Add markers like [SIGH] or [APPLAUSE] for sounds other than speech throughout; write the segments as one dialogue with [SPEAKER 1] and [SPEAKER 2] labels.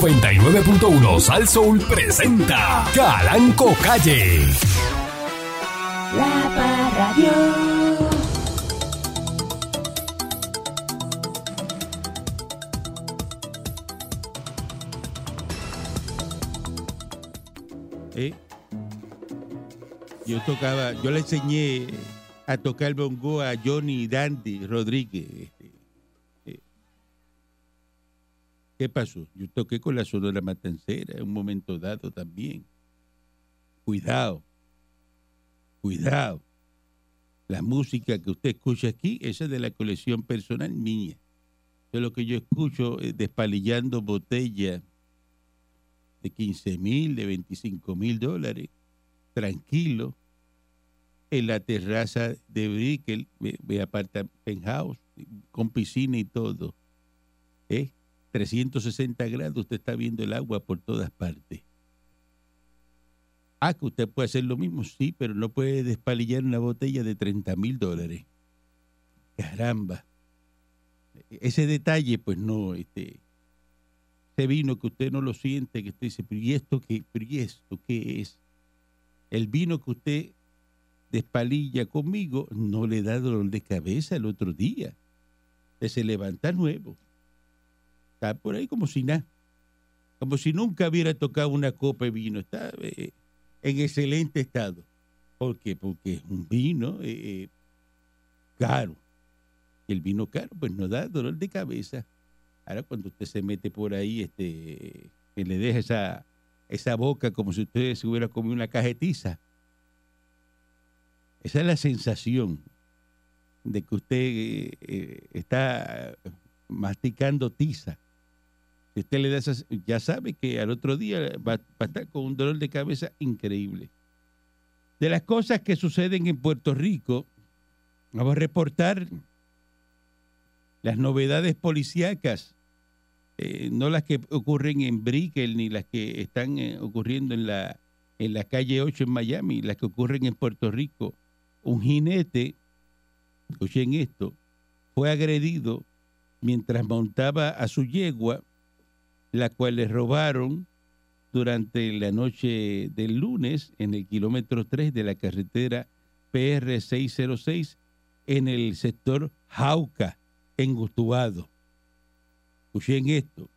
[SPEAKER 1] 99.1 Sal Soul presenta Calanco Calle.
[SPEAKER 2] La Parradio.
[SPEAKER 3] ¿eh? Yo tocaba, yo le enseñé a tocar el bongo a Johnny Dandy Rodríguez. este, eh. ¿Qué pasó? Yo toqué con la Sonora Matancera en un momento dado también. Cuidado, cuidado. La música que usted escucha aquí, esa es de la colección personal mía. Eso es lo que yo escucho eh, despalillando botellas de 15 mil, de 25 mil dólares, tranquilo, en la terraza de Brickell, de, de aparta- penthouse, con piscina y todo. ¿eh? 360 grados, usted está viendo el agua por todas partes. Ah, que usted puede hacer lo mismo, sí, pero no puede despalillar una botella de 30 mil dólares. Caramba. E- Ese detalle, pues no, este, ese este vino que usted no lo siente, que usted dice, pero ¿y esto qué, pero ¿y esto qué es? El vino que usted despalilla conmigo no le da dolor de cabeza el otro día. Usted se levanta nuevo. Está por ahí como si nada. Como si nunca hubiera tocado una copa de vino. Está eh, en excelente estado. ¿Por qué? Porque es un vino eh, eh, caro. Y el vino caro, pues no da dolor de cabeza. Ahora cuando usted se mete por ahí, este, que le deja esa, esa boca como si usted se hubiera comido una cajetiza. Esa es la sensación de que usted eh, eh, está masticando tiza. Si usted le da esas, ya sabe que al otro día va, va a estar con un dolor de cabeza increíble. De las cosas que suceden en Puerto Rico, vamos a reportar las novedades policíacas, eh, no las que ocurren en Brickell ni las que están eh, ocurriendo en la, en la calle 8 en Miami, las que ocurren en Puerto Rico. Un jinete, escuchen esto, fue agredido mientras montaba a su yegua, la cual le robaron durante la noche del lunes en el kilómetro 3 de la carretera PR 606 en el sector Jauca, en Gustuado. Escuchen esto.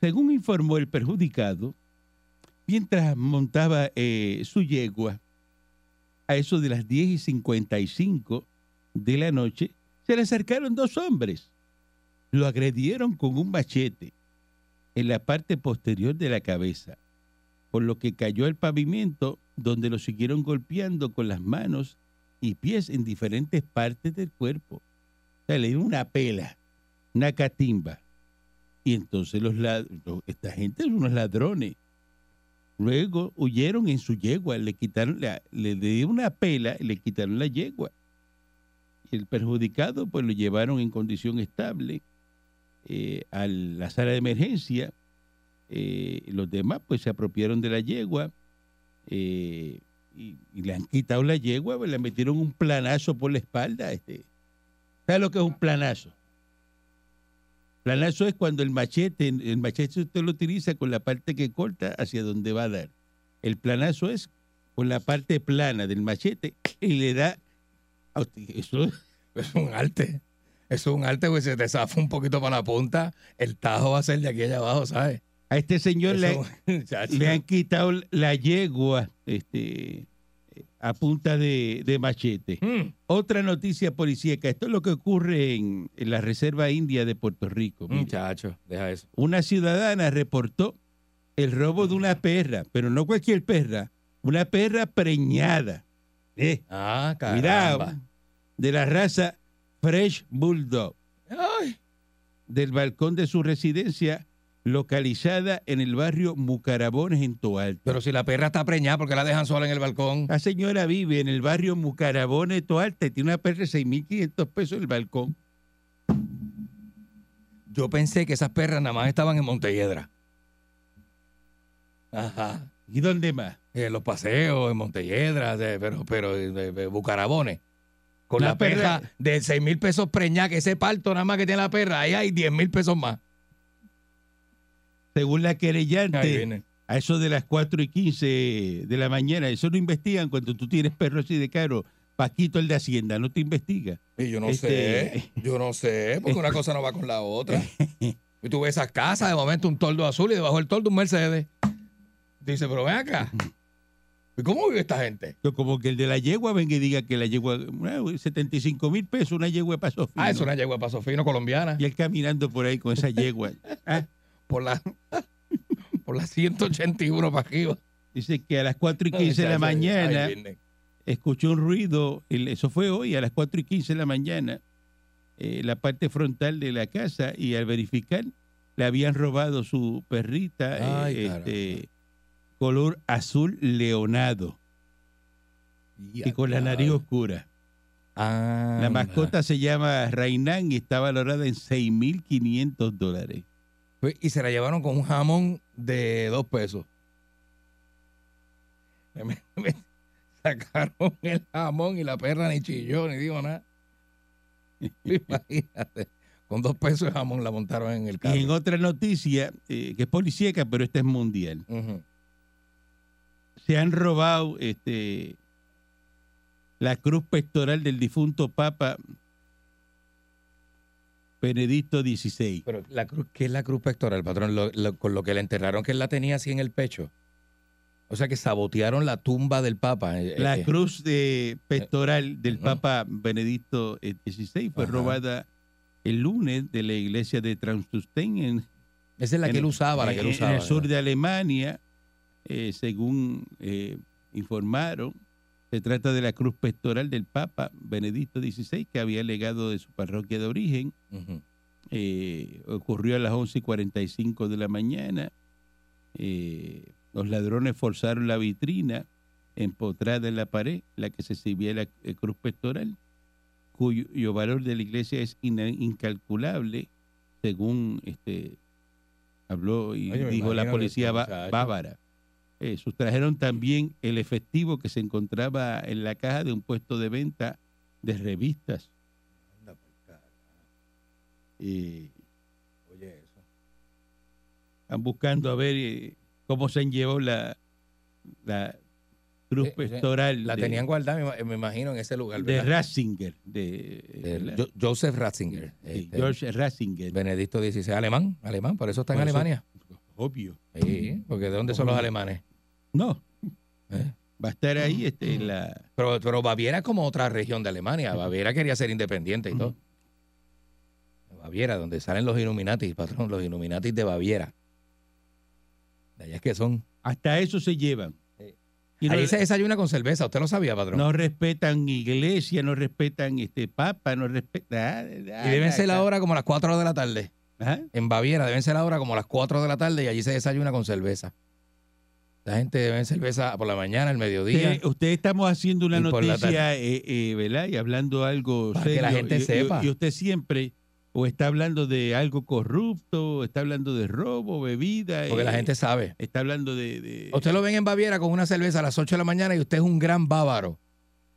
[SPEAKER 3] Según informó el perjudicado, mientras montaba eh, su yegua, a eso de las 10 y 55 de la noche, se le acercaron dos hombres. Lo agredieron con un machete en la parte posterior de la cabeza, por lo que cayó al pavimento donde lo siguieron golpeando con las manos y pies en diferentes partes del cuerpo. O sea, le dieron una pela, una catimba. Y entonces los lad- lo- esta gente son unos ladrones. Luego huyeron en su yegua, le quitaron, la- le dieron una pela y le quitaron la yegua. El perjudicado pues lo llevaron en condición estable eh, a la sala de emergencia. Eh, los demás pues se apropiaron de la yegua eh, y, y le han quitado la yegua, pues, le metieron un planazo por la espalda. Este. ¿Sabes lo que es un planazo? Planazo es cuando el machete, el machete usted lo utiliza con la parte que corta hacia donde va a dar. El planazo es con la parte plana del machete y le da. a usted- Eso,
[SPEAKER 4] Es un arte. Es un arte, porque se te zafa un poquito para la punta, el tajo va a ser de aquí allá abajo, ¿sabes?
[SPEAKER 3] a este señor le,
[SPEAKER 4] Eso- [LAUGHS] Chacho.
[SPEAKER 3] le han quitado la yegua este, a punta de, de machete.
[SPEAKER 4] Mm,
[SPEAKER 3] Otra noticia policíaca. Esto es lo que ocurre en, en la Reserva India de Puerto Rico. Mire,
[SPEAKER 4] Muchacho, deja eso.
[SPEAKER 3] una ciudadana reportó el robo de una perra, pero no cualquier perra, una perra preñada. Eh,
[SPEAKER 4] Ah,
[SPEAKER 3] cuidado.
[SPEAKER 4] caramba.
[SPEAKER 3] De la raza Fresh Bulldog.
[SPEAKER 4] Ay,
[SPEAKER 3] del balcón de su residencia localizada en el barrio Mucarabones en Toalto.
[SPEAKER 4] pero si la perra está preñada, ¿por qué la dejan sola en el balcón?
[SPEAKER 3] La señora vive en el barrio Mucarabones, Toalta, y tiene una perra de 6.500 pesos en el balcón.
[SPEAKER 4] Yo pensé que esas perras nada más estaban en Montelledra. Ajá.
[SPEAKER 3] ¿Y dónde más?
[SPEAKER 4] En los paseos, en Montelledra, de- pero, pero de, de Bucarabones. Con
[SPEAKER 3] La
[SPEAKER 4] la,
[SPEAKER 3] perra-
[SPEAKER 4] perra, de 6 mil pesos preñada, que ese parto nada más que tiene la perra, ahí hay 10 mil pesos más.
[SPEAKER 3] Según la
[SPEAKER 4] Ahí
[SPEAKER 3] querellante,
[SPEAKER 4] viene.
[SPEAKER 3] a eso de las 4 y 15 de la mañana, eso no investigan cuando tú tienes perro así de caro. Paquito, el de Hacienda, no te investiga.
[SPEAKER 4] Y yo no
[SPEAKER 3] Este-
[SPEAKER 4] sé, yo no sé, porque una cosa no va con la otra. Y tú ves esas casas, de momento un toldo azul y debajo del toldo un Mercedes. Dice, pero ven acá. ¿Y cómo vive esta gente?
[SPEAKER 3] Yo como que el de la yegua venga y diga que la yegua, bueno, 75 mil pesos, una yegua de paso fino.
[SPEAKER 4] Ah, es una yegua de paso fino colombiana.
[SPEAKER 3] Y él caminando por ahí con
[SPEAKER 4] [LAUGHS]
[SPEAKER 3] esa yegua. Ah,
[SPEAKER 4] Por la, [LAUGHS] por la 181 para arriba.
[SPEAKER 3] dice que a las 4 y 15 de la
[SPEAKER 4] Ay,
[SPEAKER 3] mañana
[SPEAKER 4] viernes.
[SPEAKER 3] escuchó un ruido, el- eso fue hoy, a las 4 y 15 de la mañana, eh, la parte frontal de la casa y al verificar le habían robado su perrita eh,
[SPEAKER 4] Ay,
[SPEAKER 3] este, color azul leonado y con la nariz oscura.
[SPEAKER 4] Ah,
[SPEAKER 3] La mascota se llama Rainan y está valorada en 6.500 dólares.
[SPEAKER 4] Fue- Pues, Y se la llevaron con un jamón de dos pesos. Le me- me sacaron el jamón y la perra ni chilló ni dijo [LAUGHS] nada. Imagínate. Con dos pesos de jamón la montaron en el
[SPEAKER 3] Y
[SPEAKER 4] carro.
[SPEAKER 3] en otra noticia, eh, que es policíaca, pero esta es mundial.
[SPEAKER 4] Ujú.
[SPEAKER 3] se han robado este la cruz pectoral del difunto Papa Benedicto XVI.
[SPEAKER 4] Pero la cruz, ¿qué es la cruz pectoral, patrón? Lo- lo- con lo que le enterraron, que él la tenía así en el pecho. O sea que sabotearon la tumba del Papa. eh,
[SPEAKER 3] La
[SPEAKER 4] eh,
[SPEAKER 3] cruz de pectoral del
[SPEAKER 4] Ujú.
[SPEAKER 3] Papa Benedicto eh, XVI fue
[SPEAKER 4] Ajá.
[SPEAKER 3] robada el lunes de la iglesia de Transusten en,
[SPEAKER 4] Esa es la que él
[SPEAKER 3] en-
[SPEAKER 4] usaba, la que él
[SPEAKER 3] en- en
[SPEAKER 4] usaba.
[SPEAKER 3] el sur de Alemania, eh, según eh, informaron. Se trata de la cruz pectoral del Papa Benedicto XVI que había legado de su parroquia de origen.
[SPEAKER 4] Ujú.
[SPEAKER 3] eh, ocurrió a las 11 y 45 de la mañana. Eh, los ladrones forzaron la vitrina empotrada en la pared, la que se exhibía la eh, cruz pectoral, cuyo cuyo valor de la iglesia es ina- incalculable, según este habló y
[SPEAKER 4] Oye, me
[SPEAKER 3] dijo la
[SPEAKER 4] imagino que
[SPEAKER 3] policía
[SPEAKER 4] este
[SPEAKER 3] ba-
[SPEAKER 4] muchacho-
[SPEAKER 3] bávara. Eh, sustrajeron también el efectivo que se encontraba en la caja de un puesto de venta de revistas. Eh,
[SPEAKER 4] Oye, eso.
[SPEAKER 3] están buscando a ver eh, cómo se han llevado la, la cruz
[SPEAKER 4] Eh, eh,
[SPEAKER 3] pectoral
[SPEAKER 4] La
[SPEAKER 3] de,
[SPEAKER 4] tenían guardada, me ima- me imagino, en ese lugar.
[SPEAKER 3] de
[SPEAKER 4] ¿verdad?
[SPEAKER 3] Ratzinger, de,
[SPEAKER 4] Eh,
[SPEAKER 3] la-
[SPEAKER 4] Jo- Joseph Ratzinger.
[SPEAKER 3] sí,
[SPEAKER 4] este,
[SPEAKER 3] George Ratzinger,
[SPEAKER 4] Benedicto XVI, alemán, alemán, por eso está en
[SPEAKER 3] Por eso-
[SPEAKER 4] Alemania.
[SPEAKER 3] obvio.
[SPEAKER 4] Sí, porque ¿de dónde son los alemanes?
[SPEAKER 3] No,
[SPEAKER 4] ¿Eh? Mm.
[SPEAKER 3] va a estar ahí este, en la...
[SPEAKER 4] Pero, pero Baviera es como otra región de Alemania. Baviera quería ser independiente y todo. Baviera, donde salen los Illuminati, patrón, los Illuminati de Baviera. De allá es que son.
[SPEAKER 3] Hasta eso se llevan.
[SPEAKER 4] Sí.
[SPEAKER 3] Y no,
[SPEAKER 4] Ahí se desayuna con cerveza, usted lo sabía, patrón.
[SPEAKER 3] no respetan iglesia, no respetan este papa, no respetan... ah,
[SPEAKER 4] y deben ser ahora como las 4 de la tarde. en Baviera deben ser ahora como las 4 de la tarde y allí se desayuna con cerveza. La gente bebe cerveza por la mañana, al mediodía.
[SPEAKER 3] Ustedes Eh, estamos haciendo una
[SPEAKER 4] Y por la
[SPEAKER 3] noticia, eh, eh, ¿verdad? Y hablando algo
[SPEAKER 4] Para que la gente
[SPEAKER 3] Y- y-
[SPEAKER 4] sepa.
[SPEAKER 3] Y, usted siempre o está hablando de algo corrupto, o está hablando de robo, bebida.
[SPEAKER 4] Porque
[SPEAKER 3] eh,
[SPEAKER 4] la gente sabe.
[SPEAKER 3] está hablando de. de-
[SPEAKER 4] Usted lo ven en Baviera con una cerveza a las 8 de la mañana y usted es un gran bávaro.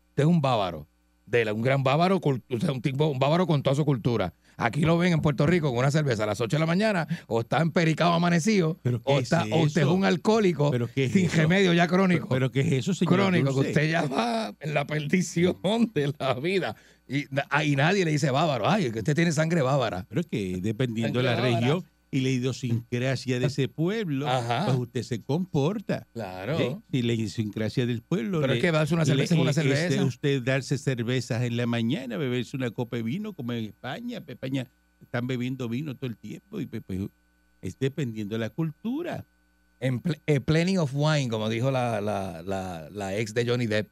[SPEAKER 4] Usted es un bávaro. De la- un gran bávaro, cult- usted es un tipo, un bávaro con toda su cultura. Aquí lo ven en Puerto Rico con una cerveza a las 8 de la mañana, o está empericado amanecido,
[SPEAKER 3] ¿Pero qué
[SPEAKER 4] o,
[SPEAKER 3] es
[SPEAKER 4] está, o usted es
[SPEAKER 3] eso?
[SPEAKER 4] un alcohólico
[SPEAKER 3] ¿Pero qué es
[SPEAKER 4] sin
[SPEAKER 3] eso?
[SPEAKER 4] remedio ya crónico.
[SPEAKER 3] Pero que es eso, señor.
[SPEAKER 4] crónico, que
[SPEAKER 3] Dulce?
[SPEAKER 4] usted ya va en la perdición [LAUGHS] de la vida. Y, na- ah, y nadie le dice bávaro. Ay, que usted tiene sangre bávara.
[SPEAKER 3] Pero es que dependiendo de la
[SPEAKER 4] Tranquila,
[SPEAKER 3] región y la
[SPEAKER 4] [LAUGHS]
[SPEAKER 3] idiosincrasia de ese pueblo,
[SPEAKER 4] Ajá.
[SPEAKER 3] pues usted se comporta.
[SPEAKER 4] Claro.
[SPEAKER 3] ¿sí? Y la idiosincrasia del pueblo.
[SPEAKER 4] Pero
[SPEAKER 3] le-
[SPEAKER 4] es que darse una cerveza
[SPEAKER 3] Le-
[SPEAKER 4] es una
[SPEAKER 3] eh,
[SPEAKER 4] cerveza.
[SPEAKER 3] este, usted darse cervezas en la mañana, beberse una copa de vino, como en España. pe- España están bebiendo vino todo el tiempo y pe- pues, es dependiendo de la cultura.
[SPEAKER 4] En pl- eh, Plenty of Wine, como dijo la, la- la- la ex de Johnny Depp,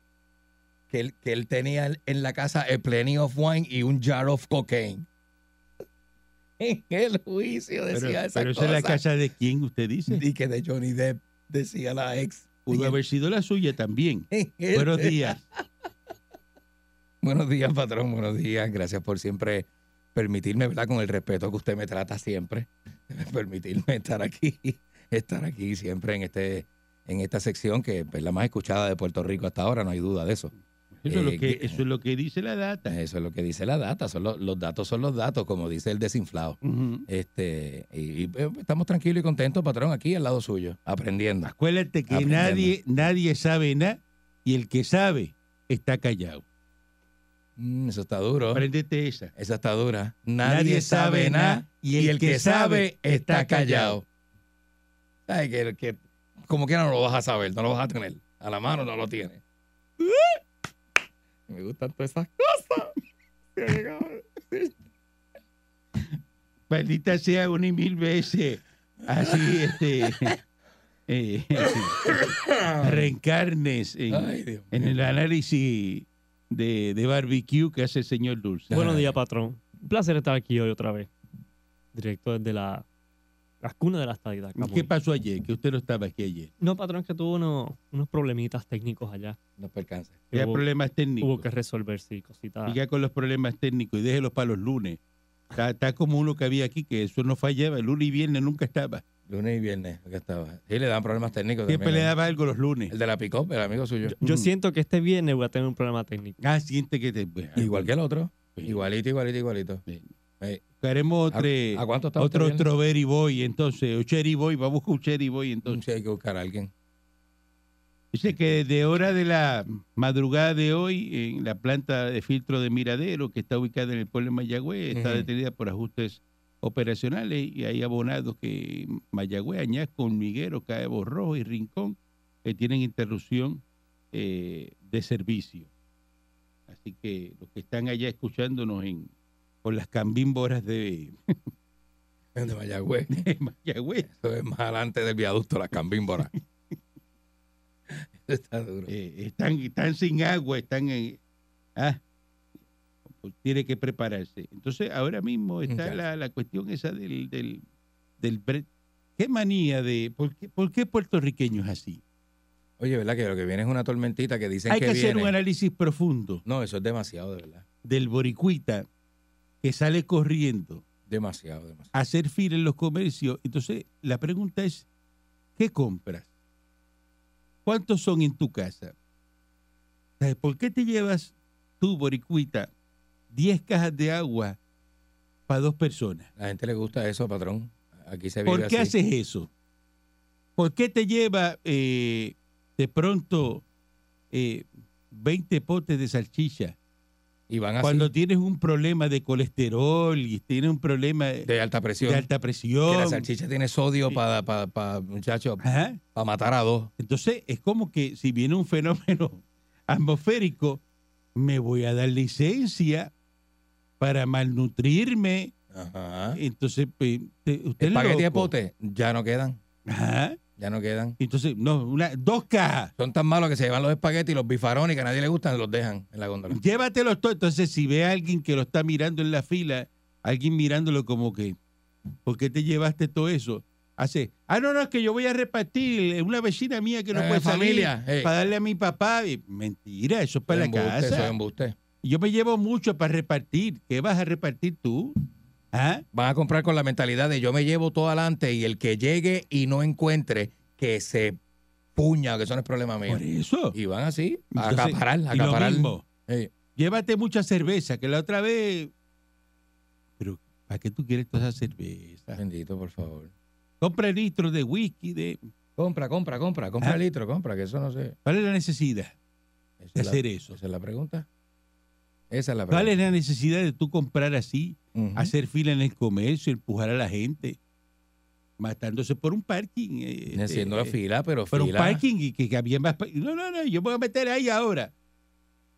[SPEAKER 4] que él, que él tenía en la casa el Plenty of Wine y un jar of cocaine. [LAUGHS] En el juicio
[SPEAKER 3] Pero,
[SPEAKER 4] decía esa
[SPEAKER 3] pero esa es la
[SPEAKER 4] cosa.
[SPEAKER 3] casa de quien usted dice.
[SPEAKER 4] Y que de Johnny Depp decía la ex.
[SPEAKER 3] Pudo haber sido la suya también.
[SPEAKER 4] [LAUGHS]
[SPEAKER 3] Buenos días.
[SPEAKER 4] Buenos días, patrón. Buenos días. Gracias por siempre permitirme, ¿verdad? Con el respeto que usted me trata siempre, [LAUGHS] permitirme estar aquí, estar aquí pues, siempre en este en esta sección que es la más escuchada de Puerto Rico hasta ahora, no hay duda de eso.
[SPEAKER 3] Eso, es lo
[SPEAKER 4] Eh,
[SPEAKER 3] que,
[SPEAKER 4] que- Eh,
[SPEAKER 3] eso es lo que dice la data.
[SPEAKER 4] Eso es lo que dice la data. Son lo- los datos son los datos, como dice el desinflado.
[SPEAKER 3] Ujú.
[SPEAKER 4] Este, y, y, eh, estamos tranquilos y contentos, patrón, aquí al lado suyo, aprendiendo.
[SPEAKER 3] Acuérdate que
[SPEAKER 4] Aprendiendo.
[SPEAKER 3] nadie, nadie sabe nada y el que sabe está callado.
[SPEAKER 4] Mm, eso está duro.
[SPEAKER 3] Aprendete esa.
[SPEAKER 4] Esa está dura. Nadie, sabe nada y el, que, sabe está callado. Ay, que, que como quiera no lo vas a saber, no lo vas a tener. A la mano no lo tienes. Me gustan todas esas cosas.
[SPEAKER 3] Maldita sea una y mil veces. Así,
[SPEAKER 4] [LAUGHS]
[SPEAKER 3] este. eh, reencarnes en,
[SPEAKER 4] Ay, Dios
[SPEAKER 3] en
[SPEAKER 4] mío.
[SPEAKER 3] el análisis de, de barbecue que hace el señor Dulce.
[SPEAKER 5] Buenos
[SPEAKER 4] Ay.
[SPEAKER 5] días, patrón. Un placer estar aquí hoy otra vez. Directo desde la, la cuna de la estadidad. Camuy.
[SPEAKER 3] ¿Qué pasó ayer? Que usted no estaba aquí ayer.
[SPEAKER 5] No, patrón, es que tuvo uno- unos problemitas técnicos allá.
[SPEAKER 4] No percances.
[SPEAKER 5] que
[SPEAKER 3] Ya
[SPEAKER 5] hubo,
[SPEAKER 3] problemas
[SPEAKER 5] hubo
[SPEAKER 3] técnicos.
[SPEAKER 5] que resolver, sí, cositas.
[SPEAKER 3] Siga con los problemas técnicos y déjelos para los lunes. Está, está como uno que había aquí, que eso no fallaba. El lunes y viernes nunca estaba.
[SPEAKER 4] Lunes y viernes, acá estaba. Sí, le dan problemas técnicos
[SPEAKER 3] Siempre
[SPEAKER 4] también.
[SPEAKER 3] le
[SPEAKER 4] ¿eh?
[SPEAKER 3] daba algo los lunes.
[SPEAKER 4] El de la pick el amigo suyo.
[SPEAKER 3] Mm.
[SPEAKER 5] Yo siento que este viernes voy a tener un problema técnico.
[SPEAKER 3] Ah, siente que te. pues,
[SPEAKER 4] Igual que el otro.
[SPEAKER 3] Sí.
[SPEAKER 4] Igualito, igualito, igualito.
[SPEAKER 3] Buscaremos eh,
[SPEAKER 4] ¿A,
[SPEAKER 3] otro,
[SPEAKER 4] a cuánto está usted
[SPEAKER 3] otro,
[SPEAKER 4] bien?
[SPEAKER 3] otro Berry Boy, entonces. O Cherry Boy, va a buscar un Cherry Boy, entonces.
[SPEAKER 4] Sí, hay que buscar a alguien.
[SPEAKER 3] Dice que desde hora de la madrugada de hoy, en la planta de filtro de Miradero, que está ubicada en el pueblo de Mayagüez, está
[SPEAKER 4] Ujú.
[SPEAKER 3] detenida por ajustes operacionales y hay abonados que en Mayagüez, Añasco, Hormiguero, Cabo Rojo y Rincón, que tienen interrupción eh, de servicio. Así que los que están allá escuchándonos en por las cambimboras de [LAUGHS]
[SPEAKER 4] De Mayagüez.
[SPEAKER 3] de Mayagüez,
[SPEAKER 4] Eso es más adelante del viaducto, la
[SPEAKER 3] [LAUGHS]
[SPEAKER 4] cambímbora. está duro.
[SPEAKER 3] eh, están, están sin agua, están en... ah, pues tiene que prepararse. Entonces, ahora mismo está
[SPEAKER 4] Ya.
[SPEAKER 3] la, la cuestión esa del, del, del bre- ¿Qué manía de... ¿Por qué, por qué puertorriqueño es así?
[SPEAKER 4] Oye, ¿verdad que lo que viene es una tormentita que dicen
[SPEAKER 3] Hay que,
[SPEAKER 4] que,
[SPEAKER 3] hacer un
[SPEAKER 4] viene?
[SPEAKER 3] análisis profundo
[SPEAKER 4] No, eso es demasiado, de verdad.
[SPEAKER 3] del boricuita que sale corriendo
[SPEAKER 4] Demasiado, demasiado.
[SPEAKER 3] a hacer fila en los comercios. Entonces, la pregunta es, ¿qué compras? ¿Cuántos son en tu casa? ¿Sabes ¿Por qué te llevas tú, Boricuita, 10 cajas de agua para dos personas?
[SPEAKER 4] La gente le gusta eso, patrón. Aquí se vive
[SPEAKER 3] ¿Por qué
[SPEAKER 4] así.
[SPEAKER 3] haces eso? ¿Por qué te lleva eh, de pronto eh, 20 potes de salchicha
[SPEAKER 4] Y van así,
[SPEAKER 3] cuando tienes un problema de colesterol y tienes un problema de,
[SPEAKER 4] de alta presión.
[SPEAKER 3] alta
[SPEAKER 4] que
[SPEAKER 3] presión?
[SPEAKER 4] la salchicha tiene sodio
[SPEAKER 3] Sí.
[SPEAKER 4] para, para, para, muchachos,
[SPEAKER 3] Ajá.
[SPEAKER 4] para matar a dos.
[SPEAKER 3] Entonces, es como que si viene un fenómeno [LAUGHS] atmosférico, me voy a dar licencia para malnutrirme.
[SPEAKER 4] Ajá.
[SPEAKER 3] Entonces, pues, te- usted es
[SPEAKER 4] Espagueti de
[SPEAKER 3] loco.
[SPEAKER 4] pote, ya no quedan.
[SPEAKER 3] Ajá.
[SPEAKER 4] Ya no quedan.
[SPEAKER 3] Entonces, no, una, dos cajas.
[SPEAKER 4] Son tan malos que se llevan los espaguetis, los bifarones que a nadie le gustan, los dejan en la góndola.
[SPEAKER 3] Llévatelos todos. Entonces, si ve a alguien que lo está mirando en la fila, alguien mirándolo como que, ¿por qué te llevaste todo eso? Hace, ah, no, no, es que yo voy a repartir. Es una vecina mía que no
[SPEAKER 4] Eh,
[SPEAKER 3] puede salir
[SPEAKER 4] familia, eh.
[SPEAKER 3] para darle a mi papá. Y, Mentira, eso es para
[SPEAKER 4] Eso es
[SPEAKER 3] la
[SPEAKER 4] embuste,
[SPEAKER 3] casa.
[SPEAKER 4] Eso es embuste.
[SPEAKER 3] Yo me llevo mucho para repartir. ¿Qué vas a repartir tú? ¿Ah?
[SPEAKER 4] Van a comprar con la mentalidad de yo me llevo todo adelante y el que llegue y no encuentre, que se puña, que eso no es problema mío.
[SPEAKER 3] Por eso.
[SPEAKER 4] Y van así, a
[SPEAKER 3] Entonces,
[SPEAKER 4] acaparar, a
[SPEAKER 3] y lo
[SPEAKER 4] acaparar.
[SPEAKER 3] mismo,
[SPEAKER 4] Eh,
[SPEAKER 3] llévate mucha cerveza, que la otra vez... Pero, ¿para qué tú quieres toda esa cerveza?
[SPEAKER 4] bendito, por favor.
[SPEAKER 3] Compra litros de whisky. De...
[SPEAKER 4] Compra, compra, compra, compra
[SPEAKER 3] Ah.
[SPEAKER 4] litro, compra, que eso no sé.
[SPEAKER 3] ¿Cuál es la necesidad
[SPEAKER 4] Esa
[SPEAKER 3] de
[SPEAKER 4] es la-
[SPEAKER 3] hacer eso?
[SPEAKER 4] Esa es la pregunta. Esa es la
[SPEAKER 3] ¿Cuál es
[SPEAKER 4] pregunta.
[SPEAKER 3] la necesidad de tú comprar así,
[SPEAKER 4] Ujú.
[SPEAKER 3] hacer fila en el comercio, empujar a la gente, matándose por un parking? eh,
[SPEAKER 4] Haciendo la
[SPEAKER 3] eh,
[SPEAKER 4] fila, pero,
[SPEAKER 3] Por un
[SPEAKER 4] fila.
[SPEAKER 3] parking y que, que había más... pa- No, no, no, yo me voy a meter ahí ahora.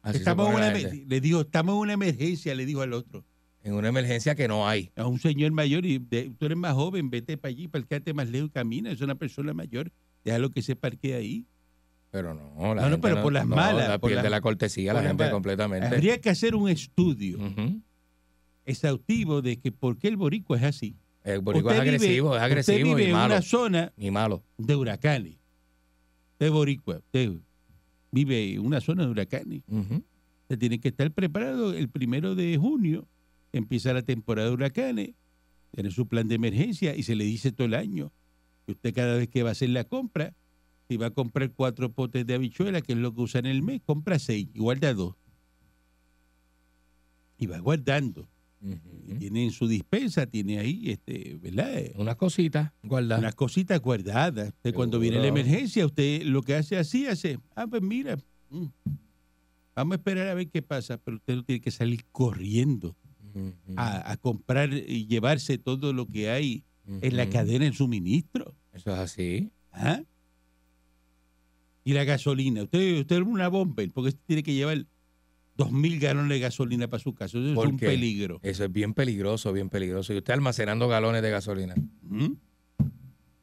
[SPEAKER 4] Así se
[SPEAKER 3] estamos en
[SPEAKER 4] pone
[SPEAKER 3] una,
[SPEAKER 4] la
[SPEAKER 3] emer-
[SPEAKER 4] gente.
[SPEAKER 3] le dijo, estamos en una emergencia, le dijo al otro.
[SPEAKER 4] en una emergencia que no hay.
[SPEAKER 3] A un señor mayor, y de- tú eres más joven, vete para allí, parqueate más lejos y camina. Es una persona mayor, déjalo que se parquee ahí.
[SPEAKER 4] Pero no, la
[SPEAKER 3] No, no,
[SPEAKER 4] gente
[SPEAKER 3] pero por las malas,
[SPEAKER 4] La
[SPEAKER 3] por
[SPEAKER 4] pierde
[SPEAKER 3] las-
[SPEAKER 4] la cortesía
[SPEAKER 3] por
[SPEAKER 4] la
[SPEAKER 3] las
[SPEAKER 4] gente
[SPEAKER 3] malas.
[SPEAKER 4] completamente.
[SPEAKER 3] Habría que hacer un estudio
[SPEAKER 4] Ujú.
[SPEAKER 3] exhaustivo de que por qué el boricua es así.
[SPEAKER 4] Eh, El boricua es
[SPEAKER 3] Usted vive-
[SPEAKER 4] agresivo, es agresivo
[SPEAKER 3] Usted vive
[SPEAKER 4] y
[SPEAKER 3] en
[SPEAKER 4] malo.
[SPEAKER 3] una zona
[SPEAKER 4] Y malo.
[SPEAKER 3] de huracanes. Usted es boricua, usted vive en una zona de huracanes.
[SPEAKER 4] Ujú.
[SPEAKER 3] Se tiene que estar preparado el primero de junio, empieza la temporada de huracanes, tiene su plan de emergencia y se le dice todo el año que usted cada vez que va a hacer la compra Si va a comprar cuatro potes de habichuela, que es lo que usa en el mes, compra seis y guarda dos. Y va guardando. Y Tiene en su dispensa, tiene ahí, este, ¿verdad? Eh,
[SPEAKER 4] Unas cositas, guarda.
[SPEAKER 3] Unas cositas guardadas. Usted cuando viene la
[SPEAKER 4] Seguro.
[SPEAKER 3] emergencia, usted lo que hace así, hace, ah, pues mira, mm, vamos a esperar a ver qué pasa, pero usted no tiene que salir corriendo
[SPEAKER 4] Ujú.
[SPEAKER 3] a, a comprar y llevarse todo lo que hay en la
[SPEAKER 4] Ujú.
[SPEAKER 3] cadena de suministro.
[SPEAKER 4] Eso es así.
[SPEAKER 3] ¿ah? Y la gasolina, usted, usted es una bomba, porque usted tiene que llevar dos mil galones de gasolina para su casa. Eso
[SPEAKER 4] ¿Por
[SPEAKER 3] es un
[SPEAKER 4] qué?
[SPEAKER 3] peligro.
[SPEAKER 4] Eso es bien peligroso, bien peligroso. Y usted almacenando galones de gasolina,
[SPEAKER 3] ¿Mm?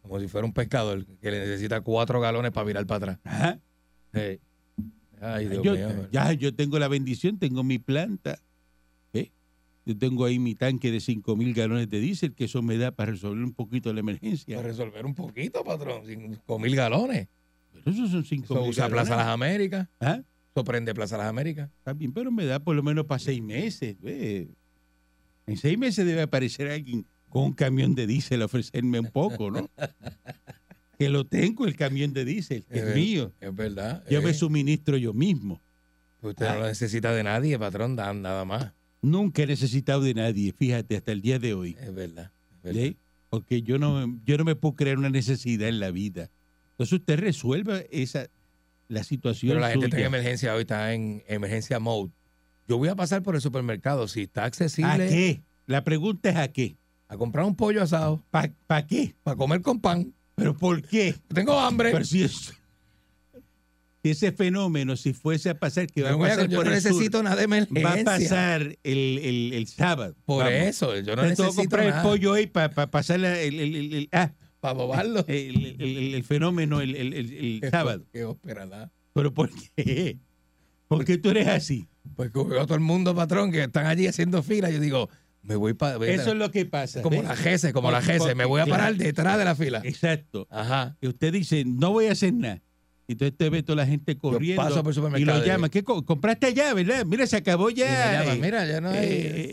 [SPEAKER 4] como si fuera un pescador que le necesita cuatro galones para virar para atrás.
[SPEAKER 3] Ajá.
[SPEAKER 4] Sí. Ay, Dios
[SPEAKER 3] Eh. yo,
[SPEAKER 4] mío.
[SPEAKER 3] ya yo tengo la bendición, tengo mi planta. ¿ve? Yo tengo ahí mi tanque de 5 mil galones de diésel, que eso me da para resolver un poquito la emergencia.
[SPEAKER 4] Para resolver un poquito, patrón. Cinco mil galones.
[SPEAKER 3] Pero esos son 5
[SPEAKER 4] Eso
[SPEAKER 3] mil
[SPEAKER 4] usa
[SPEAKER 3] galones. ¿Ah?
[SPEAKER 4] Plaza Las Américas.
[SPEAKER 3] Ajá,
[SPEAKER 4] Eso prende Plaza Las Américas.
[SPEAKER 3] está bien, pero me da por lo menos para seis meses. ¿ve? En seis meses debe aparecer alguien con un camión de diésel a ofrecerme un poco,
[SPEAKER 4] [LAUGHS]
[SPEAKER 3] ¿no? que lo tengo el camión de diésel, que
[SPEAKER 4] Eh,
[SPEAKER 3] es mío.
[SPEAKER 4] Es verdad.
[SPEAKER 3] Yo me Ah.
[SPEAKER 4] eh.
[SPEAKER 3] suministro yo mismo.
[SPEAKER 4] Usted no lo necesita de nadie, patrón, da- nada más.
[SPEAKER 3] Nunca he necesitado de nadie, fíjate, hasta el día de hoy.
[SPEAKER 4] Es verdad. es verdad.
[SPEAKER 3] ¿Ve? Porque yo no, yo no me puedo crear una necesidad en la vida. Entonces usted resuelva esa, la situación
[SPEAKER 4] Pero la gente está en
[SPEAKER 3] suya.
[SPEAKER 4] emergencia hoy, está en emergencia mode. Yo voy a pasar por el supermercado. Si está
[SPEAKER 3] ¿A
[SPEAKER 4] accesible,
[SPEAKER 3] qué? La pregunta es ¿a qué?
[SPEAKER 4] a comprar un pollo asado
[SPEAKER 3] ¿Para qué?
[SPEAKER 4] para comer con pan.
[SPEAKER 3] ¿Pero por qué?
[SPEAKER 4] Tengo hambre.
[SPEAKER 3] Pero si es- si ese fenómeno, si fuese a pasar, que va
[SPEAKER 4] yo
[SPEAKER 3] a
[SPEAKER 4] voy a-
[SPEAKER 3] pasar
[SPEAKER 4] yo
[SPEAKER 3] por
[SPEAKER 4] no
[SPEAKER 3] el sur,
[SPEAKER 4] necesito nada de emergencia.
[SPEAKER 3] va a pasar el, el- el sábado.
[SPEAKER 4] Por
[SPEAKER 3] Vamos.
[SPEAKER 4] eso, yo no
[SPEAKER 3] Usted tuvo que
[SPEAKER 4] necesito
[SPEAKER 3] comprar
[SPEAKER 4] nada
[SPEAKER 3] el pollo hoy para pasar la- el, el- el- el- ah,
[SPEAKER 4] para bobarlo.
[SPEAKER 3] el- el- el- el fenómeno el- el- el- el sábado.
[SPEAKER 4] [LAUGHS] Qué ópera,
[SPEAKER 3] ¿Pero por qué? ¿Por qué tú eres así?
[SPEAKER 4] Pues que veo a todo el mundo, patrón, que están allí haciendo fila. Yo digo, me voy para...
[SPEAKER 3] Eso es lo que pasa.
[SPEAKER 4] como
[SPEAKER 3] ¿ves?
[SPEAKER 4] la GESE, como la
[SPEAKER 3] Porque-
[SPEAKER 4] GESE. Me voy a
[SPEAKER 3] porque-
[SPEAKER 4] parar detrás de la fila.
[SPEAKER 3] Eh, Exacto.
[SPEAKER 4] Ajá.
[SPEAKER 3] Y usted dice, no voy a hacer nada. Y Entonces usted ve toda la gente corriendo
[SPEAKER 4] paso por el
[SPEAKER 3] y
[SPEAKER 4] supermercado
[SPEAKER 3] lo
[SPEAKER 4] y-
[SPEAKER 3] llama. ¿Qué co- compraste ya, verdad? Mira, se acabó
[SPEAKER 4] Y me
[SPEAKER 3] ya.
[SPEAKER 4] llaman,
[SPEAKER 3] eh,
[SPEAKER 4] mira, ya no hay...
[SPEAKER 3] eh,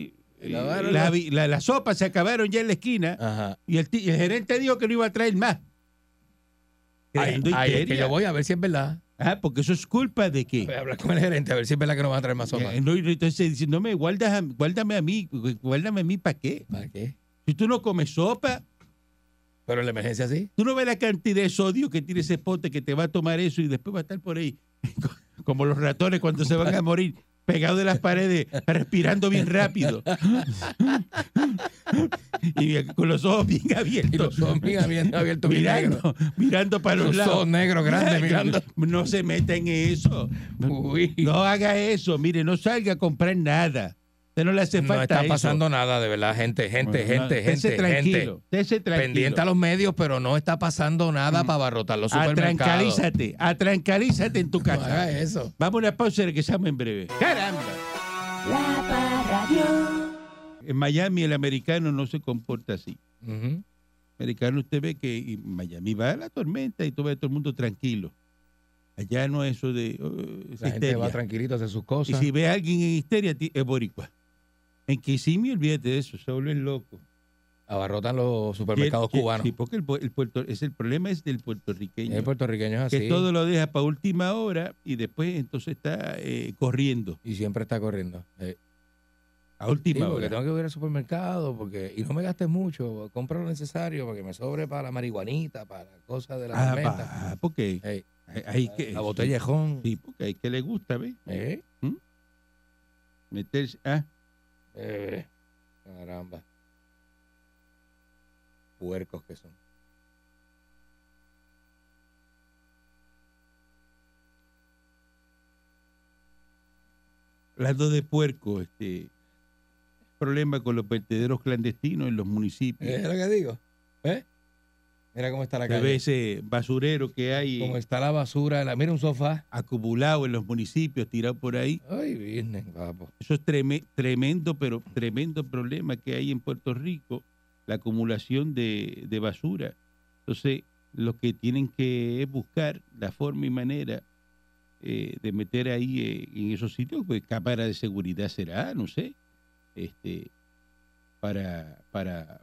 [SPEAKER 3] eh, eh,
[SPEAKER 4] Acabaron
[SPEAKER 3] la,
[SPEAKER 4] las-
[SPEAKER 3] vi- la- las sopas se acabaron ya en la esquina
[SPEAKER 4] Ajá.
[SPEAKER 3] y el, ti- y el gerente dijo que no iba a traer más.
[SPEAKER 4] Ahí,
[SPEAKER 3] Creando
[SPEAKER 4] ahí es que
[SPEAKER 3] histeria.
[SPEAKER 4] yo voy a ver si es verdad.
[SPEAKER 3] Ah, porque eso es culpa de qué.
[SPEAKER 4] Voy a hablar con el gerente a ver si es verdad que no van a traer más sopa.
[SPEAKER 3] Eh, no, y entonces dice, no me guardas, a- guárdame a mí, gu- guárdame a mí para qué.
[SPEAKER 4] ¿Para qué?
[SPEAKER 3] Si tú no comes sopa,
[SPEAKER 4] Pero en la emergencia sí.
[SPEAKER 3] Tú no ves la cantidad de sodio que tiene ese pote que te va a tomar eso y después va a estar por ahí, [LAUGHS] como los ratones cuando se van a morir, pegados de las paredes, respirando bien rápido. [LAUGHS] Y bien- con los ojos bien
[SPEAKER 4] Y los
[SPEAKER 3] abiertos. [LAUGHS]
[SPEAKER 4] ojos bien abier- abiertos, bien negros.
[SPEAKER 3] Mirando, mirando para los,
[SPEAKER 4] Los
[SPEAKER 3] lados.
[SPEAKER 4] ojos negros grandes
[SPEAKER 3] [LAUGHS]
[SPEAKER 4] mirando.
[SPEAKER 3] No se meta en eso.
[SPEAKER 4] Uy.
[SPEAKER 3] No haga eso. Mire, no salga a comprar nada. Usted no le hace
[SPEAKER 4] No
[SPEAKER 3] falta
[SPEAKER 4] está
[SPEAKER 3] eso.
[SPEAKER 4] pasando nada, de verdad, gente, gente,
[SPEAKER 3] Bueno, no,
[SPEAKER 4] gente,
[SPEAKER 3] estése
[SPEAKER 4] gente,
[SPEAKER 3] tranquilo,
[SPEAKER 4] gente.
[SPEAKER 3] estése tranquilo. Mm.
[SPEAKER 4] Pendiente a los medios, pero no está pasando nada para abarrotar los
[SPEAKER 3] Ah,
[SPEAKER 4] supermercados.
[SPEAKER 3] Atrancarízate, atrancarízate en tu
[SPEAKER 4] No haga
[SPEAKER 3] casa.
[SPEAKER 4] eso.
[SPEAKER 3] Vamos a una pausa y regresamos en breve. ¡Caramba!
[SPEAKER 2] La Parradio.
[SPEAKER 3] En Miami el americano no se comporta así.
[SPEAKER 4] Ujú.
[SPEAKER 3] Americano usted ve que en Miami va la tormenta y tú ves a todo el mundo tranquilo. Allá no es eso de oh,
[SPEAKER 4] La gente
[SPEAKER 3] histeria.
[SPEAKER 4] va tranquilito a hacer sus
[SPEAKER 3] Y
[SPEAKER 4] cosas.
[SPEAKER 3] si ve a alguien en histeria, ti- es boricua. En Kissimmee, olvídate de eso, se vuelven locos.
[SPEAKER 4] Abarrotan los supermercados
[SPEAKER 3] Y el- y-
[SPEAKER 4] cubanos.
[SPEAKER 3] Sí, porque el, pu- el puerto- es el problema es del puertorriqueño.
[SPEAKER 4] El puertorriqueño es
[SPEAKER 3] que
[SPEAKER 4] así.
[SPEAKER 3] todo lo deja para última hora y después entonces está eh, corriendo
[SPEAKER 4] Y siempre está corriendo. Eh,
[SPEAKER 3] a última
[SPEAKER 4] sí, porque
[SPEAKER 3] hora.
[SPEAKER 4] tengo que ir al supermercado porque y no me gastes mucho. Compra lo necesario para que me sobre para la marihuanita, para cosas de la
[SPEAKER 3] Ah,
[SPEAKER 4] tormenta.
[SPEAKER 3] va, porque
[SPEAKER 4] Eh,
[SPEAKER 3] hay- hay que
[SPEAKER 4] la botella de ron.
[SPEAKER 3] Sí, porque hay que le gusta, ¿ves?
[SPEAKER 4] Eh,
[SPEAKER 3] Meterse. Ah,
[SPEAKER 4] eh, caramba. Puercos que son.
[SPEAKER 3] hablando de puerco, este problema con los vertederos clandestinos en los municipios.
[SPEAKER 4] ¿Es lo que digo? ¿Eh? Mira cómo está la
[SPEAKER 3] Se ve
[SPEAKER 4] calle.
[SPEAKER 3] ese basurero que hay
[SPEAKER 4] Cómo está la basura. La, mira un sofá.
[SPEAKER 3] acumulado en los municipios, tirado por ahí.
[SPEAKER 4] Ay, business, guapo.
[SPEAKER 3] Eso es treme- tremendo, pero tremendo problema que hay en Puerto Rico, la acumulación de, de basura. Entonces, lo que tienen que es buscar la forma y manera eh, de meter ahí eh, en esos sitios, pues cámara de seguridad será, no sé, este, para, para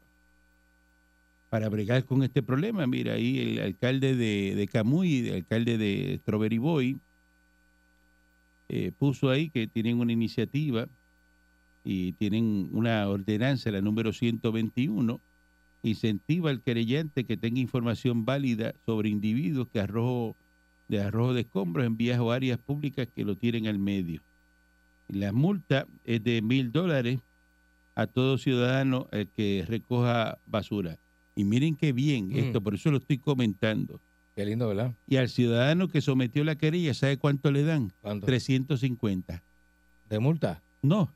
[SPEAKER 3] para bregar con este problema. Mira, ahí el alcalde de, de Camuy, el alcalde de Strawberry Boy, eh, puso ahí que tienen una iniciativa y tienen una ordenanza, la número 121, incentiva al querellante que tenga información válida sobre individuos que arrojo de arrojo de escombros en vías o áreas públicas que lo tiren al medio. La multa es de mil dólares a todo ciudadano eh, que recoja basura. Y miren qué bien
[SPEAKER 4] Mm.
[SPEAKER 3] esto, por eso lo estoy comentando.
[SPEAKER 4] Qué lindo, ¿verdad?
[SPEAKER 3] Y al ciudadano que sometió la querella, ¿sabe cuánto le dan?
[SPEAKER 4] ¿Cuánto?
[SPEAKER 3] 350.
[SPEAKER 4] ¿De multa?
[SPEAKER 3] No,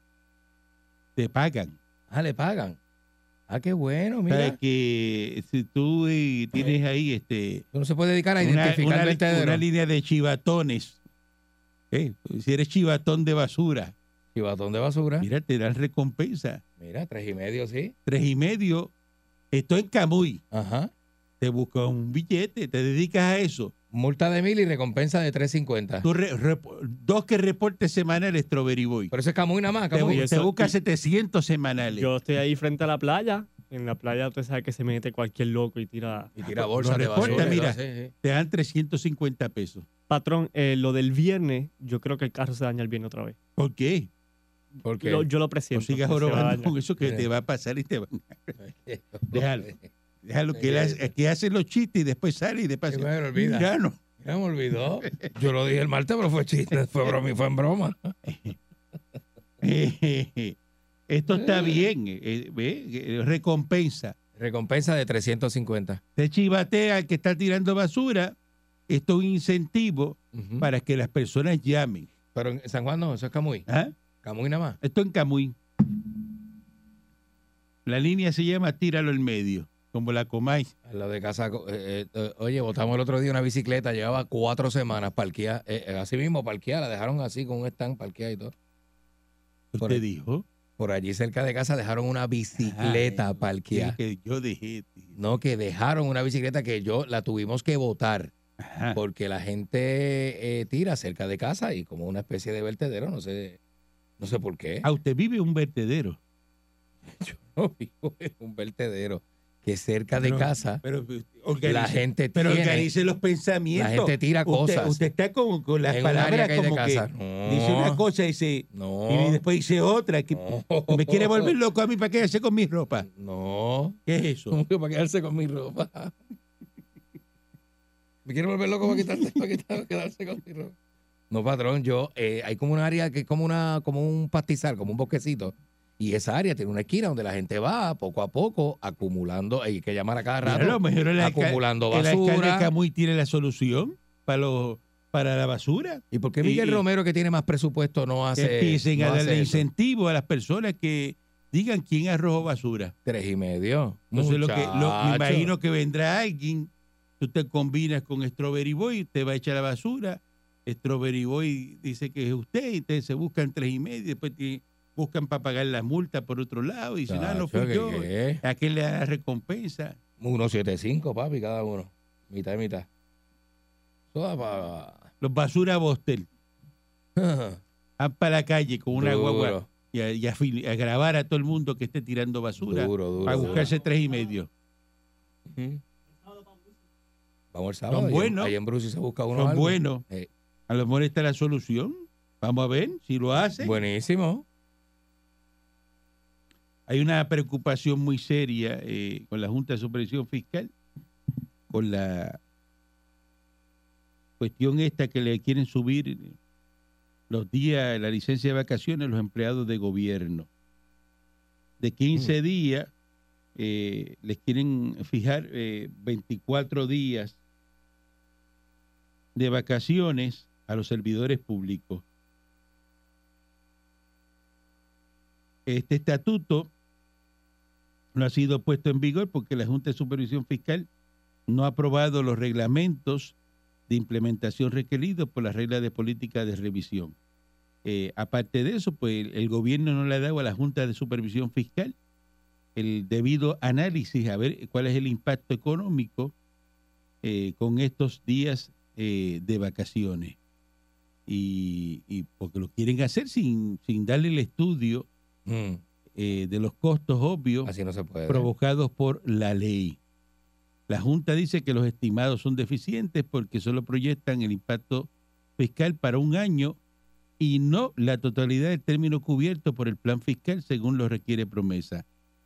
[SPEAKER 3] te pagan.
[SPEAKER 4] Ah, le pagan. Ah, qué bueno,
[SPEAKER 3] O sea,
[SPEAKER 4] mira.
[SPEAKER 3] que si tú eh, tienes ahí este,
[SPEAKER 4] Tú no se puede dedicar a
[SPEAKER 3] una,
[SPEAKER 4] identificar
[SPEAKER 3] una li-
[SPEAKER 4] vertederos.
[SPEAKER 3] una línea de chivatones, eh, si eres chivatón de basura,
[SPEAKER 4] Chivatón de basura. Mira,
[SPEAKER 3] mira, te dan recompensa.
[SPEAKER 4] tres y medio, sí.
[SPEAKER 3] Tres y medio, esto en Camuy,
[SPEAKER 4] Ajá.
[SPEAKER 3] te busca un billete, te dedicas a eso.
[SPEAKER 4] Multa de mil y recompensa de 350.
[SPEAKER 3] Tú re- repo- dos que reportes semanales, Strawberry Boy.
[SPEAKER 4] Pero eso es Camuy nada más,
[SPEAKER 3] Te,
[SPEAKER 4] Camuy.
[SPEAKER 5] voy
[SPEAKER 3] bu-
[SPEAKER 5] Y
[SPEAKER 3] te
[SPEAKER 5] eso-
[SPEAKER 3] busca
[SPEAKER 5] y-
[SPEAKER 3] 700 semanales.
[SPEAKER 5] Yo estoy ahí frente a la playa. En la playa usted sabe que se mete cualquier loco y tira.
[SPEAKER 4] Y tira bolsa
[SPEAKER 3] No
[SPEAKER 4] de
[SPEAKER 3] reporta,
[SPEAKER 4] basura.
[SPEAKER 3] mira.
[SPEAKER 4] sí, sí.
[SPEAKER 3] Te dan 350 pesos.
[SPEAKER 5] Patrón, eh, lo del viernes, yo creo que el carro se daña el viernes otra vez.
[SPEAKER 3] ¿Por qué?
[SPEAKER 4] Porque
[SPEAKER 5] Lo- yo lo
[SPEAKER 3] No
[SPEAKER 5] presiento.
[SPEAKER 3] sigas
[SPEAKER 5] que se va a
[SPEAKER 3] jorobando
[SPEAKER 5] dañar.
[SPEAKER 3] con eso que
[SPEAKER 4] Sí.
[SPEAKER 3] te va a pasar y te va
[SPEAKER 4] [LAUGHS]
[SPEAKER 3] Déjalo. Déjalo que, él
[SPEAKER 4] Sí,
[SPEAKER 3] hace, que hace los chistes y después sale y después...
[SPEAKER 4] Que me lo olvida.
[SPEAKER 3] Mira, no. [LAUGHS]
[SPEAKER 4] Ya me olvidó. Yo lo dije el martes, pero fue chiste, fue broma, fue en broma.
[SPEAKER 3] Esto está bien, eh, ve, eh, recompensa.
[SPEAKER 4] Recompensa de 350.
[SPEAKER 3] Te chivatea al que está tirando basura. Esto es un incentivo
[SPEAKER 4] Ujú.
[SPEAKER 3] para que las personas llamen.
[SPEAKER 4] Pero en San Juan no, eso es Camuy.
[SPEAKER 3] ¿ah?
[SPEAKER 4] Camuy nada más.
[SPEAKER 3] Esto en Camuy. La línea se llama Tíralo al medio, como la comáis.
[SPEAKER 4] Lo de casa. eh, eh, eh, oye, botamos el otro día una bicicleta, llevaba cuatro semanas parqueada. eh, eh, así mismo parqueada, la dejaron así con un stand parqueada y todo. Por
[SPEAKER 3] Usted
[SPEAKER 4] ahí.
[SPEAKER 3] dijo
[SPEAKER 4] Por allí cerca de casa dejaron una bicicleta
[SPEAKER 3] sí,
[SPEAKER 4] parqueada.
[SPEAKER 3] que yo dejé. tío.
[SPEAKER 4] No, que dejaron una bicicleta que yo la tuvimos que botar
[SPEAKER 3] Ajá.
[SPEAKER 4] porque la gente eh, tira cerca de casa y como una especie de vertedero, no sé, no sé por qué.
[SPEAKER 3] Ah, usted vive en un vertedero.
[SPEAKER 4] [LAUGHS] No vivo en un vertedero que cerca de
[SPEAKER 3] Pero-
[SPEAKER 4] casa
[SPEAKER 3] Pero eh, organice-
[SPEAKER 4] la gente
[SPEAKER 3] pero
[SPEAKER 4] tiene-
[SPEAKER 3] organice los
[SPEAKER 4] la
[SPEAKER 3] pensamientos.
[SPEAKER 4] gente tira
[SPEAKER 3] usted,
[SPEAKER 4] cosas
[SPEAKER 3] usted está con, con las
[SPEAKER 4] en un área
[SPEAKER 3] palabras
[SPEAKER 4] que hay de
[SPEAKER 3] como que
[SPEAKER 4] casa. No,
[SPEAKER 3] dice una cosa y dice
[SPEAKER 4] no,
[SPEAKER 3] y después dice otra que
[SPEAKER 4] no.
[SPEAKER 3] me quiere volver loco a mí para qué hacer con mi ropa.
[SPEAKER 4] No,
[SPEAKER 3] ¿Qué es eso?
[SPEAKER 4] ¿cómo que para quedarse con mi ropa? Me quiere volver loco para, quitarse, para, quitar- para quedarse con mi ropa. No, patrón, yo, eh, hay como un área que es como, una, como un pastizal, como un bosquecito. Y esa área tiene una esquina donde la gente va poco a poco acumulando, hay que llamar a cada
[SPEAKER 3] Mira,
[SPEAKER 4] rato.
[SPEAKER 3] a lo mejor el alca-
[SPEAKER 4] acumulando
[SPEAKER 3] el alcalde
[SPEAKER 4] basura.
[SPEAKER 3] Camuy tiene la solución para los para la basura.
[SPEAKER 4] ¿Y por qué
[SPEAKER 3] Y-
[SPEAKER 4] Miguel
[SPEAKER 3] y-
[SPEAKER 4] Romero, que tiene más presupuesto, no
[SPEAKER 3] Que
[SPEAKER 4] hace.
[SPEAKER 3] empiecen
[SPEAKER 4] no
[SPEAKER 3] a
[SPEAKER 4] hace
[SPEAKER 3] darle
[SPEAKER 4] eso?
[SPEAKER 3] incentivo a las personas que digan quién arrojó basura.
[SPEAKER 4] Tres y medio.
[SPEAKER 3] Entonces lo que lo- me
[SPEAKER 4] Muchacho.
[SPEAKER 3] imagino que vendrá alguien, tú te combinas con Strawberry Boy, te va a echar la basura, Strawberry Boy dice que es usted, y ustedes se buscan tres y medio, después te- buscan para pagar la multa por otro lado, y dicen, ah,
[SPEAKER 4] Chacho,
[SPEAKER 3] no fui
[SPEAKER 4] ¿qué-
[SPEAKER 3] yo,
[SPEAKER 4] qué?
[SPEAKER 3] aquel le da la recompensa.
[SPEAKER 4] Uno siete cinco, papi, cada uno. Mitad y mitad. Toda para.
[SPEAKER 3] Los basura Bostel van para la calle con [LAUGHS] una guagua y a, y a fil- a grabar a todo el mundo que esté tirando basura
[SPEAKER 4] Duro, duro.
[SPEAKER 3] para
[SPEAKER 4] duro.
[SPEAKER 3] buscarse tres y medio.
[SPEAKER 4] Ujú. Vamos el sábado.
[SPEAKER 3] Son
[SPEAKER 4] ahí en-
[SPEAKER 3] buenos.
[SPEAKER 4] Ahí en Bruce se busca uno.
[SPEAKER 3] Son
[SPEAKER 4] algo.
[SPEAKER 3] buenos.
[SPEAKER 4] Eh.
[SPEAKER 3] A lo mejor está la solución. Vamos a ver si lo hace.
[SPEAKER 4] Buenísimo.
[SPEAKER 3] Hay una preocupación muy seria eh, con la Junta de Supervisión Fiscal, con la cuestión esta que le quieren subir los días, la licencia de vacaciones a los empleados de gobierno. De 15 días, eh, les quieren fijar eh, 24 días de vacaciones a los servidores públicos. Este estatuto no ha sido puesto en vigor porque la Junta de Supervisión Fiscal no ha aprobado los reglamentos de implementación requeridos por las reglas de política de revisión. Eh, aparte de eso, pues el, el gobierno no le ha dado a la Junta de Supervisión Fiscal el debido análisis a ver cuál es el impacto económico eh, con estos días eh, de vacaciones. Y, y porque lo quieren hacer sin, sin darle el estudio
[SPEAKER 4] Mm,
[SPEAKER 3] eh, de los costos obvios
[SPEAKER 4] Así no se puede.
[SPEAKER 3] provocados por la ley. La Junta dice que los estimados son deficientes porque solo proyectan el impacto fiscal para un año y no la totalidad del término cubierto por el plan fiscal según lo requiere promesa.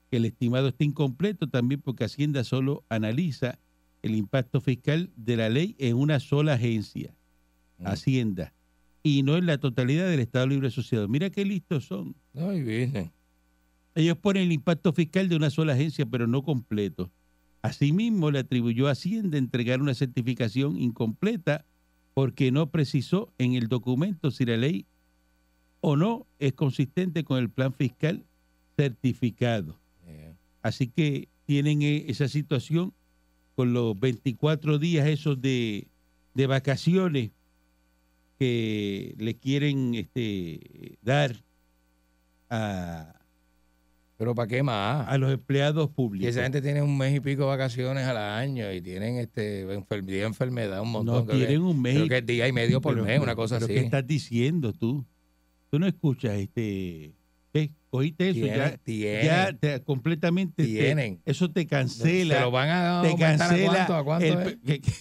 [SPEAKER 3] Que el estimado está incompleto también porque Hacienda solo analiza el impacto fiscal de la ley en una sola agencia,
[SPEAKER 4] Mm.
[SPEAKER 3] Hacienda, y no en la totalidad del Estado Libre Asociado. Mira qué listos son.
[SPEAKER 4] Ay, virgen.
[SPEAKER 3] Ellos ponen el impacto fiscal de una sola agencia, pero no completo. Asimismo, le atribuyó a Hacienda entregar una certificación incompleta porque no precisó en el documento si la ley o no es consistente con el plan fiscal certificado.
[SPEAKER 4] Yeah.
[SPEAKER 3] Así que tienen eh, esa situación con los 24 días esos de, de vacaciones que le quieren este, dar a,
[SPEAKER 4] Pero ¿para qué más?
[SPEAKER 3] a los empleados
[SPEAKER 4] Y
[SPEAKER 3] públicos.
[SPEAKER 4] esa gente tiene un mes y pico de vacaciones al año y tienen este enfer- día de enfermedad un montón.
[SPEAKER 3] no
[SPEAKER 4] creo que-
[SPEAKER 3] tienen un mes.
[SPEAKER 4] creo que es día y medio por
[SPEAKER 3] pero-
[SPEAKER 4] mes, una cosa
[SPEAKER 3] pero
[SPEAKER 4] así.
[SPEAKER 3] ¿Qué estás diciendo tú? Tú no escuchas este. ¿Qué? Cogiste eso
[SPEAKER 4] Tienen,
[SPEAKER 3] ya,
[SPEAKER 4] tienen,
[SPEAKER 3] ya te- completamente. te-
[SPEAKER 4] Tienen.
[SPEAKER 3] eso te
[SPEAKER 4] Se lo
[SPEAKER 3] cancela.
[SPEAKER 4] van a
[SPEAKER 3] Te
[SPEAKER 4] aumentar
[SPEAKER 3] cancela.
[SPEAKER 4] a cuánto, a cuánto
[SPEAKER 3] el-
[SPEAKER 4] es?
[SPEAKER 3] que- que-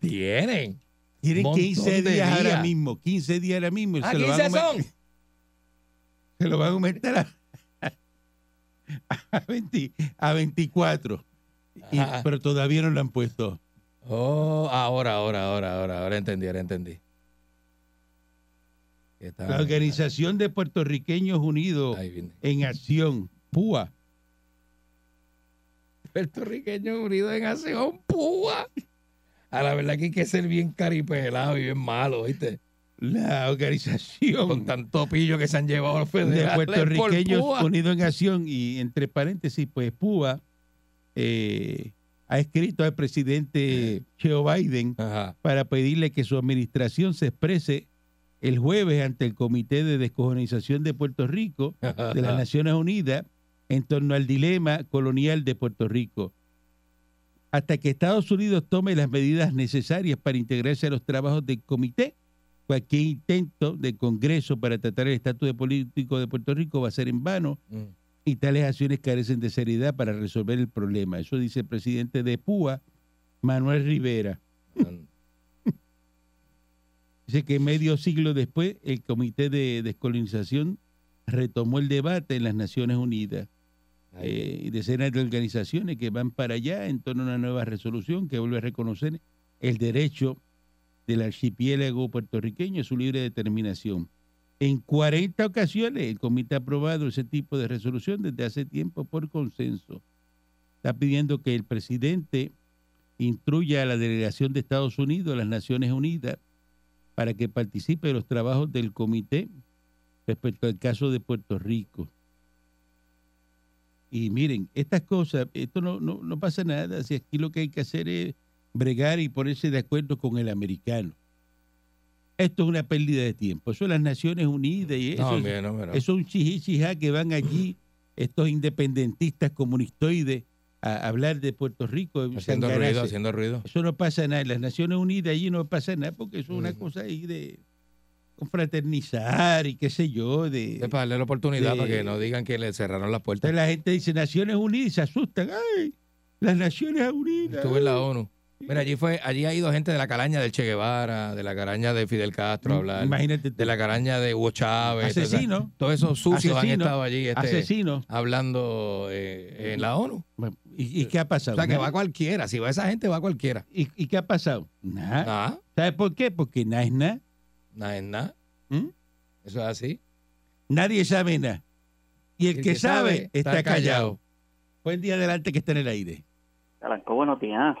[SPEAKER 4] Tienen.
[SPEAKER 3] tienen
[SPEAKER 4] Montón
[SPEAKER 3] 15
[SPEAKER 4] de
[SPEAKER 3] días ahora
[SPEAKER 4] días.
[SPEAKER 3] mismo. 15 días ahora mismo. y
[SPEAKER 4] ¿A
[SPEAKER 3] Pues se lo van a
[SPEAKER 4] 15
[SPEAKER 3] aumentar-
[SPEAKER 4] son?
[SPEAKER 3] [LAUGHS] se lo van a aumentar a, a, 20 a 24. Y-
[SPEAKER 4] Ajá.
[SPEAKER 3] pero todavía no lo han puesto.
[SPEAKER 4] Oh, ahora, ahora, ahora, ahora, ahora entendí, ahora entendí. Que está-
[SPEAKER 3] La Organización de Puertorriqueños Unidos
[SPEAKER 4] Ah, Ahí viene.
[SPEAKER 3] en Acción, PUA,
[SPEAKER 4] Puertorriqueño unido en acción, púa. A la verdad que hay que ser bien caripelado y bien malo, ¿viste?
[SPEAKER 3] la
[SPEAKER 4] Con
[SPEAKER 3] organización
[SPEAKER 4] tanto pillo que se han llevado los
[SPEAKER 3] de
[SPEAKER 4] federales
[SPEAKER 3] puertorriqueños
[SPEAKER 4] por púa.
[SPEAKER 3] unidos en acción y entre paréntesis pues PUA eh, ha escrito al presidente Joe Biden
[SPEAKER 4] Ajá.
[SPEAKER 3] para pedirle que su administración se exprese el jueves ante el Comité de Descolonización de Puerto Rico de las Naciones Unidas en torno al dilema colonial de Puerto Rico. Hasta que Estados Unidos tome las medidas necesarias para integrarse a los trabajos del comité, cualquier intento del Congreso para tratar el estatus de político de Puerto Rico va a ser en vano
[SPEAKER 4] Mm.
[SPEAKER 3] y tales acciones carecen de seriedad para resolver el problema. Eso dice el presidente de PUA, Manuel Rivera.
[SPEAKER 4] Mm.
[SPEAKER 3] Dice que medio siglo después el Comité de Descolonización retomó el debate en las Naciones Unidas
[SPEAKER 4] Ahí.
[SPEAKER 3] eh, y decenas de organizaciones que van para allá en torno a una nueva resolución que vuelve a reconocer el derecho del archipiélago puertorriqueño a su libre determinación. En 40 ocasiones el comité ha aprobado ese tipo de resolución desde hace tiempo por consenso. Está pidiendo que el presidente instruya a la delegación de Estados Unidos, a las Naciones Unidas, para que participe de los trabajos del comité respecto al caso de Puerto Rico. Y miren, estas cosas, esto no, no, no pasa nada. Si aquí lo que hay que hacer es bregar y ponerse de acuerdo con el americano. Esto es una pérdida de tiempo. Eso las Naciones Unidas y eso.
[SPEAKER 4] No,
[SPEAKER 3] es-
[SPEAKER 4] mira, no, pero-
[SPEAKER 3] eso es un chijichijá que van allí, estos independentistas comunistoides, a hablar de Puerto Rico. en
[SPEAKER 4] haciendo
[SPEAKER 3] San Garace.
[SPEAKER 4] ruido, haciendo ruido.
[SPEAKER 3] Eso no pasa nada. En las Naciones Unidas allí no pasa nada porque eso es una
[SPEAKER 4] Ujú.
[SPEAKER 3] cosa ahí de confraternizar y qué sé yo. De,
[SPEAKER 4] Es para darle la oportunidad
[SPEAKER 3] Sí.
[SPEAKER 4] para que no digan que le cerraron las puertas.
[SPEAKER 3] Entonces la gente dice Naciones Unidas y se asustan. ¡Ay! Las Naciones Unidas.
[SPEAKER 4] Estuve en la ONU. Mira, allí fue, allí ha ido gente de la calaña del Che Guevara, de la calaña de Fidel Castro a hablar,
[SPEAKER 3] Mm, Imagínate. tú.
[SPEAKER 4] de la calaña de Hugo Chávez. toda esa-
[SPEAKER 3] Asesino.
[SPEAKER 4] Todos esos sucios han
[SPEAKER 3] Asesino.
[SPEAKER 4] estado allí este,
[SPEAKER 3] Asesinos.
[SPEAKER 4] hablando eh, en la ONU.
[SPEAKER 3] Bueno, ¿Y, y qué ha
[SPEAKER 4] O
[SPEAKER 3] pasado?
[SPEAKER 4] sea, que
[SPEAKER 3] Nada.
[SPEAKER 4] va cualquiera. Si va esa gente, va cualquiera.
[SPEAKER 3] ¿Y, y qué ha pasado? Nada.
[SPEAKER 4] Nada,
[SPEAKER 3] ¿Sabes por qué? Porque nada es nada.
[SPEAKER 4] nada es nada.
[SPEAKER 3] ¿Mm?
[SPEAKER 4] Eso es así.
[SPEAKER 3] Nadie sabe nada. Y el, que, sabe, está, callado. Buen día adelante que está en el aire.
[SPEAKER 6] Calanco, buenos días.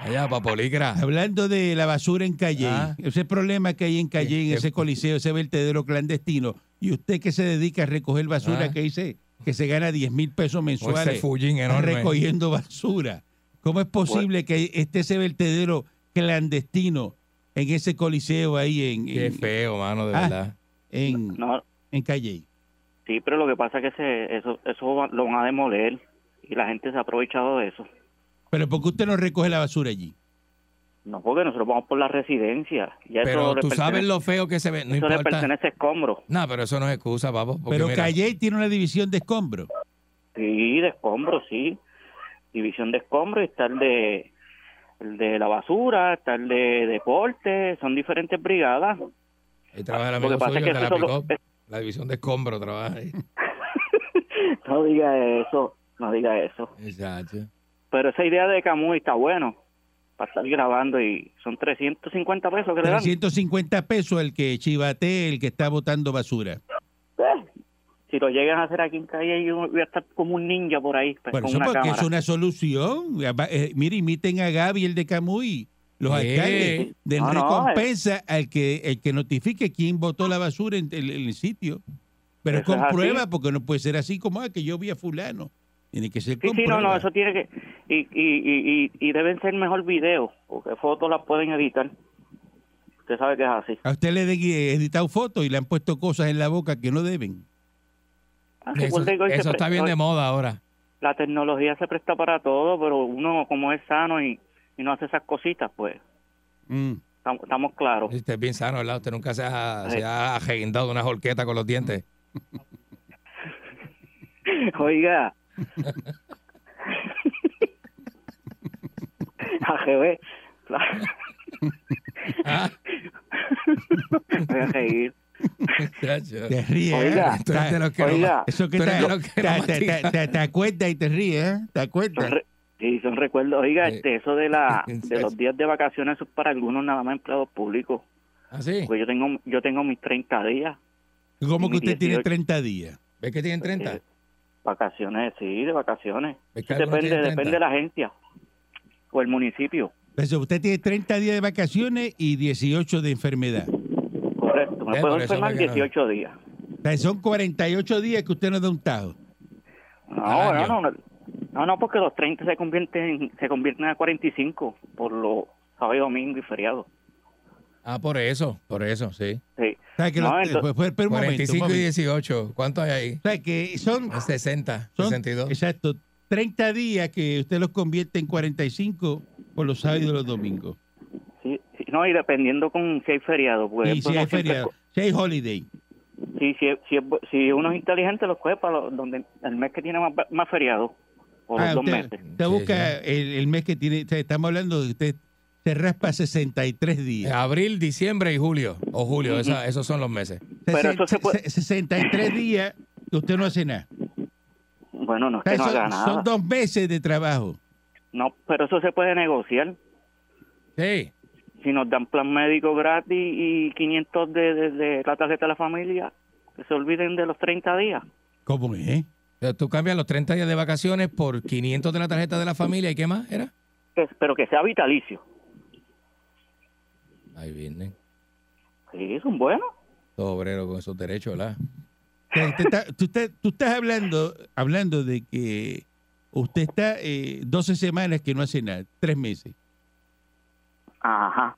[SPEAKER 4] Allá, papoligra.
[SPEAKER 3] Ah. Hablando de la basura en Calle,
[SPEAKER 4] Ah.
[SPEAKER 3] ese problema que hay en Calle, en
[SPEAKER 4] que-
[SPEAKER 3] ese coliseo, ese vertedero clandestino, y usted que se dedica a recoger basura,
[SPEAKER 4] Ah.
[SPEAKER 3] que dice que se gana 10 mil pesos
[SPEAKER 4] O ese
[SPEAKER 3] mensuales
[SPEAKER 4] fullín enorme. Pues
[SPEAKER 3] recogiendo basura. ¿Cómo es posible que esté ese vertedero clandestino en ese coliseo ahí en,
[SPEAKER 4] Qué
[SPEAKER 3] en,
[SPEAKER 4] feo, mano, de
[SPEAKER 3] Ah.
[SPEAKER 4] verdad.
[SPEAKER 3] en,
[SPEAKER 6] No,
[SPEAKER 3] en Calle?
[SPEAKER 6] sí, pero lo que pasa es que se, eso, eso va- lo van a demoler y la gente se ha aprovechado de eso.
[SPEAKER 3] Pero ¿por qué usted no recoge la basura allí?
[SPEAKER 6] No, porque nosotros vamos por la residencia. Ya
[SPEAKER 4] Pero
[SPEAKER 6] eso le
[SPEAKER 4] tú sabes
[SPEAKER 6] pertenece-
[SPEAKER 4] lo feo que se ve. No
[SPEAKER 6] eso le
[SPEAKER 4] importa.
[SPEAKER 6] pertenece a escombro.
[SPEAKER 4] No, pero eso no es excusa, papo. porque
[SPEAKER 3] Pero
[SPEAKER 4] mira,
[SPEAKER 3] Calle tiene una división de escombros.
[SPEAKER 6] Sí, de escombros, sí. División de escombros, está el de, el de la basura, está el de deporte, son diferentes brigadas. [LAUGHS]
[SPEAKER 4] Ahí trabaja el
[SPEAKER 6] Lo que
[SPEAKER 4] amigo
[SPEAKER 6] pasa
[SPEAKER 4] suyo, el
[SPEAKER 6] es que
[SPEAKER 4] de la
[SPEAKER 6] eso lo-
[SPEAKER 4] pick-up, la división de escombro trabaja ahí.
[SPEAKER 6] No diga eso, no diga eso.
[SPEAKER 4] Exacto.
[SPEAKER 6] Pero esa idea de Camuy está bueno para estar grabando y son 350 pesos que le dan.
[SPEAKER 3] 350 pesos el que chivate, el que está botando basura.
[SPEAKER 6] Eh, Si lo llegan a hacer aquí en calle, yo voy a estar como un ninja por ahí, pues,
[SPEAKER 3] Por
[SPEAKER 6] con
[SPEAKER 3] eso,
[SPEAKER 6] una
[SPEAKER 3] porque
[SPEAKER 6] cámara.
[SPEAKER 3] es una solución. Va- eh, mire, imiten a Gaby, el de Camuy. Los
[SPEAKER 4] Sí.
[SPEAKER 3] alcaldes den
[SPEAKER 6] No, eh. no,
[SPEAKER 3] recompensa al que el que notifique quién botó la basura en el, en el sitio. Pero
[SPEAKER 6] Eso es
[SPEAKER 3] con
[SPEAKER 6] así.
[SPEAKER 3] prueba, porque no puede ser así como ah, que yo vi a fulano. Tiene que ser
[SPEAKER 6] Sí,
[SPEAKER 3] con
[SPEAKER 6] sí, no, no,
[SPEAKER 3] prueba.
[SPEAKER 6] eso tiene que... Y, y, y, y, y deben ser mejor video, porque fotos las pueden editar. Usted sabe que es así.
[SPEAKER 3] A usted le han editado fotos y le han puesto cosas en la boca que no deben.
[SPEAKER 6] Ah,
[SPEAKER 4] Eso,
[SPEAKER 6] recuerde que hoy se
[SPEAKER 4] eso está
[SPEAKER 6] pre-
[SPEAKER 4] bien
[SPEAKER 6] hoy
[SPEAKER 4] de moda ahora.
[SPEAKER 6] La tecnología se presta para todo, pero uno como es sano y, y no hace esas cositas, pues
[SPEAKER 3] Mm.
[SPEAKER 6] tam- estamos claros.
[SPEAKER 4] Usted Este, es bien sano, ¿verdad? Usted nunca se ha,
[SPEAKER 6] Sí.
[SPEAKER 4] se ha ajeguindado una jorqueta con los
[SPEAKER 6] [LAUGHS]
[SPEAKER 4] dientes.
[SPEAKER 6] [LAUGHS]
[SPEAKER 4] [LAUGHS]
[SPEAKER 6] Oiga. [LAUGHS] [LAUGHS] AGB.
[SPEAKER 4] Ah,
[SPEAKER 6] Voy a reír.
[SPEAKER 4] chacho.
[SPEAKER 3] Te ríes.
[SPEAKER 6] Oiga,
[SPEAKER 3] ¿eh?
[SPEAKER 4] Tú eres de los que no
[SPEAKER 6] oiga.
[SPEAKER 4] ma-
[SPEAKER 3] Eso que
[SPEAKER 4] tú
[SPEAKER 3] te,
[SPEAKER 4] eres de los que no
[SPEAKER 3] te- te-
[SPEAKER 4] mastican.
[SPEAKER 3] te- te acuerdas y te ríes, ¿eh? ¿Te
[SPEAKER 6] Son
[SPEAKER 3] acuerdas?
[SPEAKER 6] re- sí, son recuerdos. Oiga,
[SPEAKER 4] Sí.
[SPEAKER 6] este, eso
[SPEAKER 4] [LAUGHS]
[SPEAKER 6] de la de
[SPEAKER 4] Sí.
[SPEAKER 6] los días de vacaciones eso es para algunos nada más empleados públicos.
[SPEAKER 4] ¿Ah, sí?
[SPEAKER 6] Pues yo tengo yo tengo mis 30 días
[SPEAKER 3] ¿Cómo que usted tiene
[SPEAKER 6] 18.
[SPEAKER 3] 30 días?
[SPEAKER 4] ¿Ves que tienen 30?
[SPEAKER 6] Eh, vacaciones, sí, de vacaciones.
[SPEAKER 4] ¿Ves que algunos
[SPEAKER 6] Depende
[SPEAKER 4] tienen
[SPEAKER 6] depende
[SPEAKER 4] 30?
[SPEAKER 6] de la agencia o el municipio.
[SPEAKER 3] Eso, usted tiene 30 días de vacaciones y 18 de enfermedad.
[SPEAKER 6] Correcto, me
[SPEAKER 4] Eh,
[SPEAKER 6] puedo
[SPEAKER 4] por eso
[SPEAKER 6] enfermar
[SPEAKER 4] es que no-
[SPEAKER 6] 18 días.
[SPEAKER 3] O sea, son 48 días que usted no da un tajo.
[SPEAKER 6] No,
[SPEAKER 4] Al
[SPEAKER 6] no,
[SPEAKER 4] año.
[SPEAKER 6] no, no, no, no, porque los 30 se convierten se convierten a 45 por los sábado, y domingo y feriado.
[SPEAKER 4] Ah, por eso, por eso, sí.
[SPEAKER 6] Sí.
[SPEAKER 3] O sea, que
[SPEAKER 6] No,
[SPEAKER 3] los-
[SPEAKER 6] entonces-
[SPEAKER 3] pues, pues, espera un momento, un
[SPEAKER 4] 45 y
[SPEAKER 3] momento.
[SPEAKER 4] 18. ¿Cuánto hay ahí?
[SPEAKER 3] O sea, que son,
[SPEAKER 6] Ah,
[SPEAKER 4] Es 60,
[SPEAKER 3] son
[SPEAKER 4] 62.
[SPEAKER 3] exacto, 30 días que usted los convierte en 45 por los sábados y los domingos.
[SPEAKER 6] Sí, sí, no, y dependiendo con si hay feriado, pues.
[SPEAKER 3] y si
[SPEAKER 6] pues,
[SPEAKER 3] hay
[SPEAKER 6] no siempre
[SPEAKER 3] feriado, si hay holiday.
[SPEAKER 6] co- Sí, si, es- si, es bu- si uno es inteligente, los coge para los- donde el mes que tiene más, más feriado, o los
[SPEAKER 3] Ah,
[SPEAKER 6] dos
[SPEAKER 3] usted,
[SPEAKER 6] meses.
[SPEAKER 3] usted
[SPEAKER 4] Sí,
[SPEAKER 3] busca El, el mes que tiene, o sea, estamos hablando de usted se raspa 63
[SPEAKER 4] Eh,
[SPEAKER 6] Ah,
[SPEAKER 3] días.
[SPEAKER 4] Abril, diciembre y julio. O julio, esa- esos son los meses.
[SPEAKER 6] pero
[SPEAKER 3] Sesen-
[SPEAKER 6] eso se puede-
[SPEAKER 3] se- 63 días que usted no hace nada.
[SPEAKER 6] Bueno, no
[SPEAKER 3] O
[SPEAKER 6] es
[SPEAKER 3] sea,
[SPEAKER 6] que no haga
[SPEAKER 3] son, son
[SPEAKER 6] nada.
[SPEAKER 3] dos meses de trabajo.
[SPEAKER 6] No, pero eso se puede negociar.
[SPEAKER 4] Sí.
[SPEAKER 6] Si nos dan plan médico gratis y 500 de, de- de la tarjeta de la familia, que se olviden de los 30 días.
[SPEAKER 3] ¿Cómo es?
[SPEAKER 4] Pero Eh, Tú cambias los 30 días de vacaciones por 500 de la tarjeta de la familia y qué más era.
[SPEAKER 6] que- pero que sea vitalicio.
[SPEAKER 4] Ahí vienen.
[SPEAKER 6] Sí, son buenos.
[SPEAKER 4] Los obreros con esos derechos, ¿verdad?
[SPEAKER 3] O sea, usted está- tú, estás- tú estás hablando, hablando de que usted está eh, 12 semanas que no hace nada, tres meses.
[SPEAKER 6] Ajá.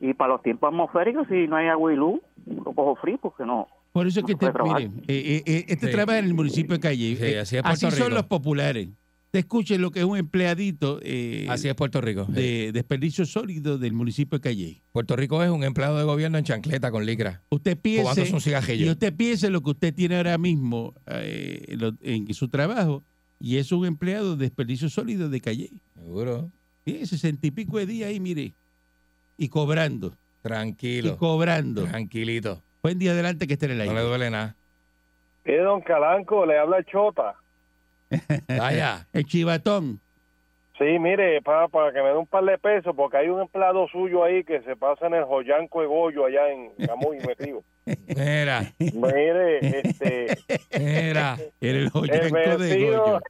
[SPEAKER 6] Y para los tiempos atmosféricos, si no hay agua y luz, lo cojo frío porque no.
[SPEAKER 3] Por eso es que
[SPEAKER 6] No se
[SPEAKER 3] usted,
[SPEAKER 6] puede trabajar.
[SPEAKER 3] miren, eh, eh, eh, este
[SPEAKER 4] Sí.
[SPEAKER 3] trabaja en el municipio de Calle.
[SPEAKER 4] Sí,
[SPEAKER 3] Eh,
[SPEAKER 4] así es Puerto
[SPEAKER 3] son
[SPEAKER 4] Rico.
[SPEAKER 3] los populares. Te escuchen lo que es un empleadito eh,
[SPEAKER 4] Así es Puerto Rico. Sí.
[SPEAKER 3] de desperdicio sólido del municipio de Calle.
[SPEAKER 4] Puerto Rico es un empleado de gobierno en chancleta con licra.
[SPEAKER 3] Usted
[SPEAKER 4] Fumándose
[SPEAKER 3] piense,
[SPEAKER 4] un
[SPEAKER 3] y
[SPEAKER 4] cigajillo.
[SPEAKER 3] usted piense lo que usted tiene ahora mismo eh, en lo- en su trabajo y es un empleado de desperdicio sólido de Calle.
[SPEAKER 4] Seguro.
[SPEAKER 3] Tiene sesenta y pico de días ahí, mire, y cobrando. y
[SPEAKER 4] Tranquilo.
[SPEAKER 3] cobrando.
[SPEAKER 4] Tranquilito.
[SPEAKER 3] Buen día adelante que esté en el
[SPEAKER 4] No le
[SPEAKER 3] aire.
[SPEAKER 4] duele nada.
[SPEAKER 7] Eh, don Calanco, le habla Chota.
[SPEAKER 4] Vaya.
[SPEAKER 3] El chivatón.
[SPEAKER 7] Sí, mire, para, para que me dé un par de pesos, porque hay un empleado suyo ahí que se pasa en el Joyanco de Goyo, allá en Camuy,
[SPEAKER 3] [LAUGHS]
[SPEAKER 7] metido.
[SPEAKER 4] Mira,
[SPEAKER 7] Mire, este,
[SPEAKER 4] mira.
[SPEAKER 3] Era el
[SPEAKER 7] el
[SPEAKER 3] joyanco de Goyo.
[SPEAKER 7] vecino,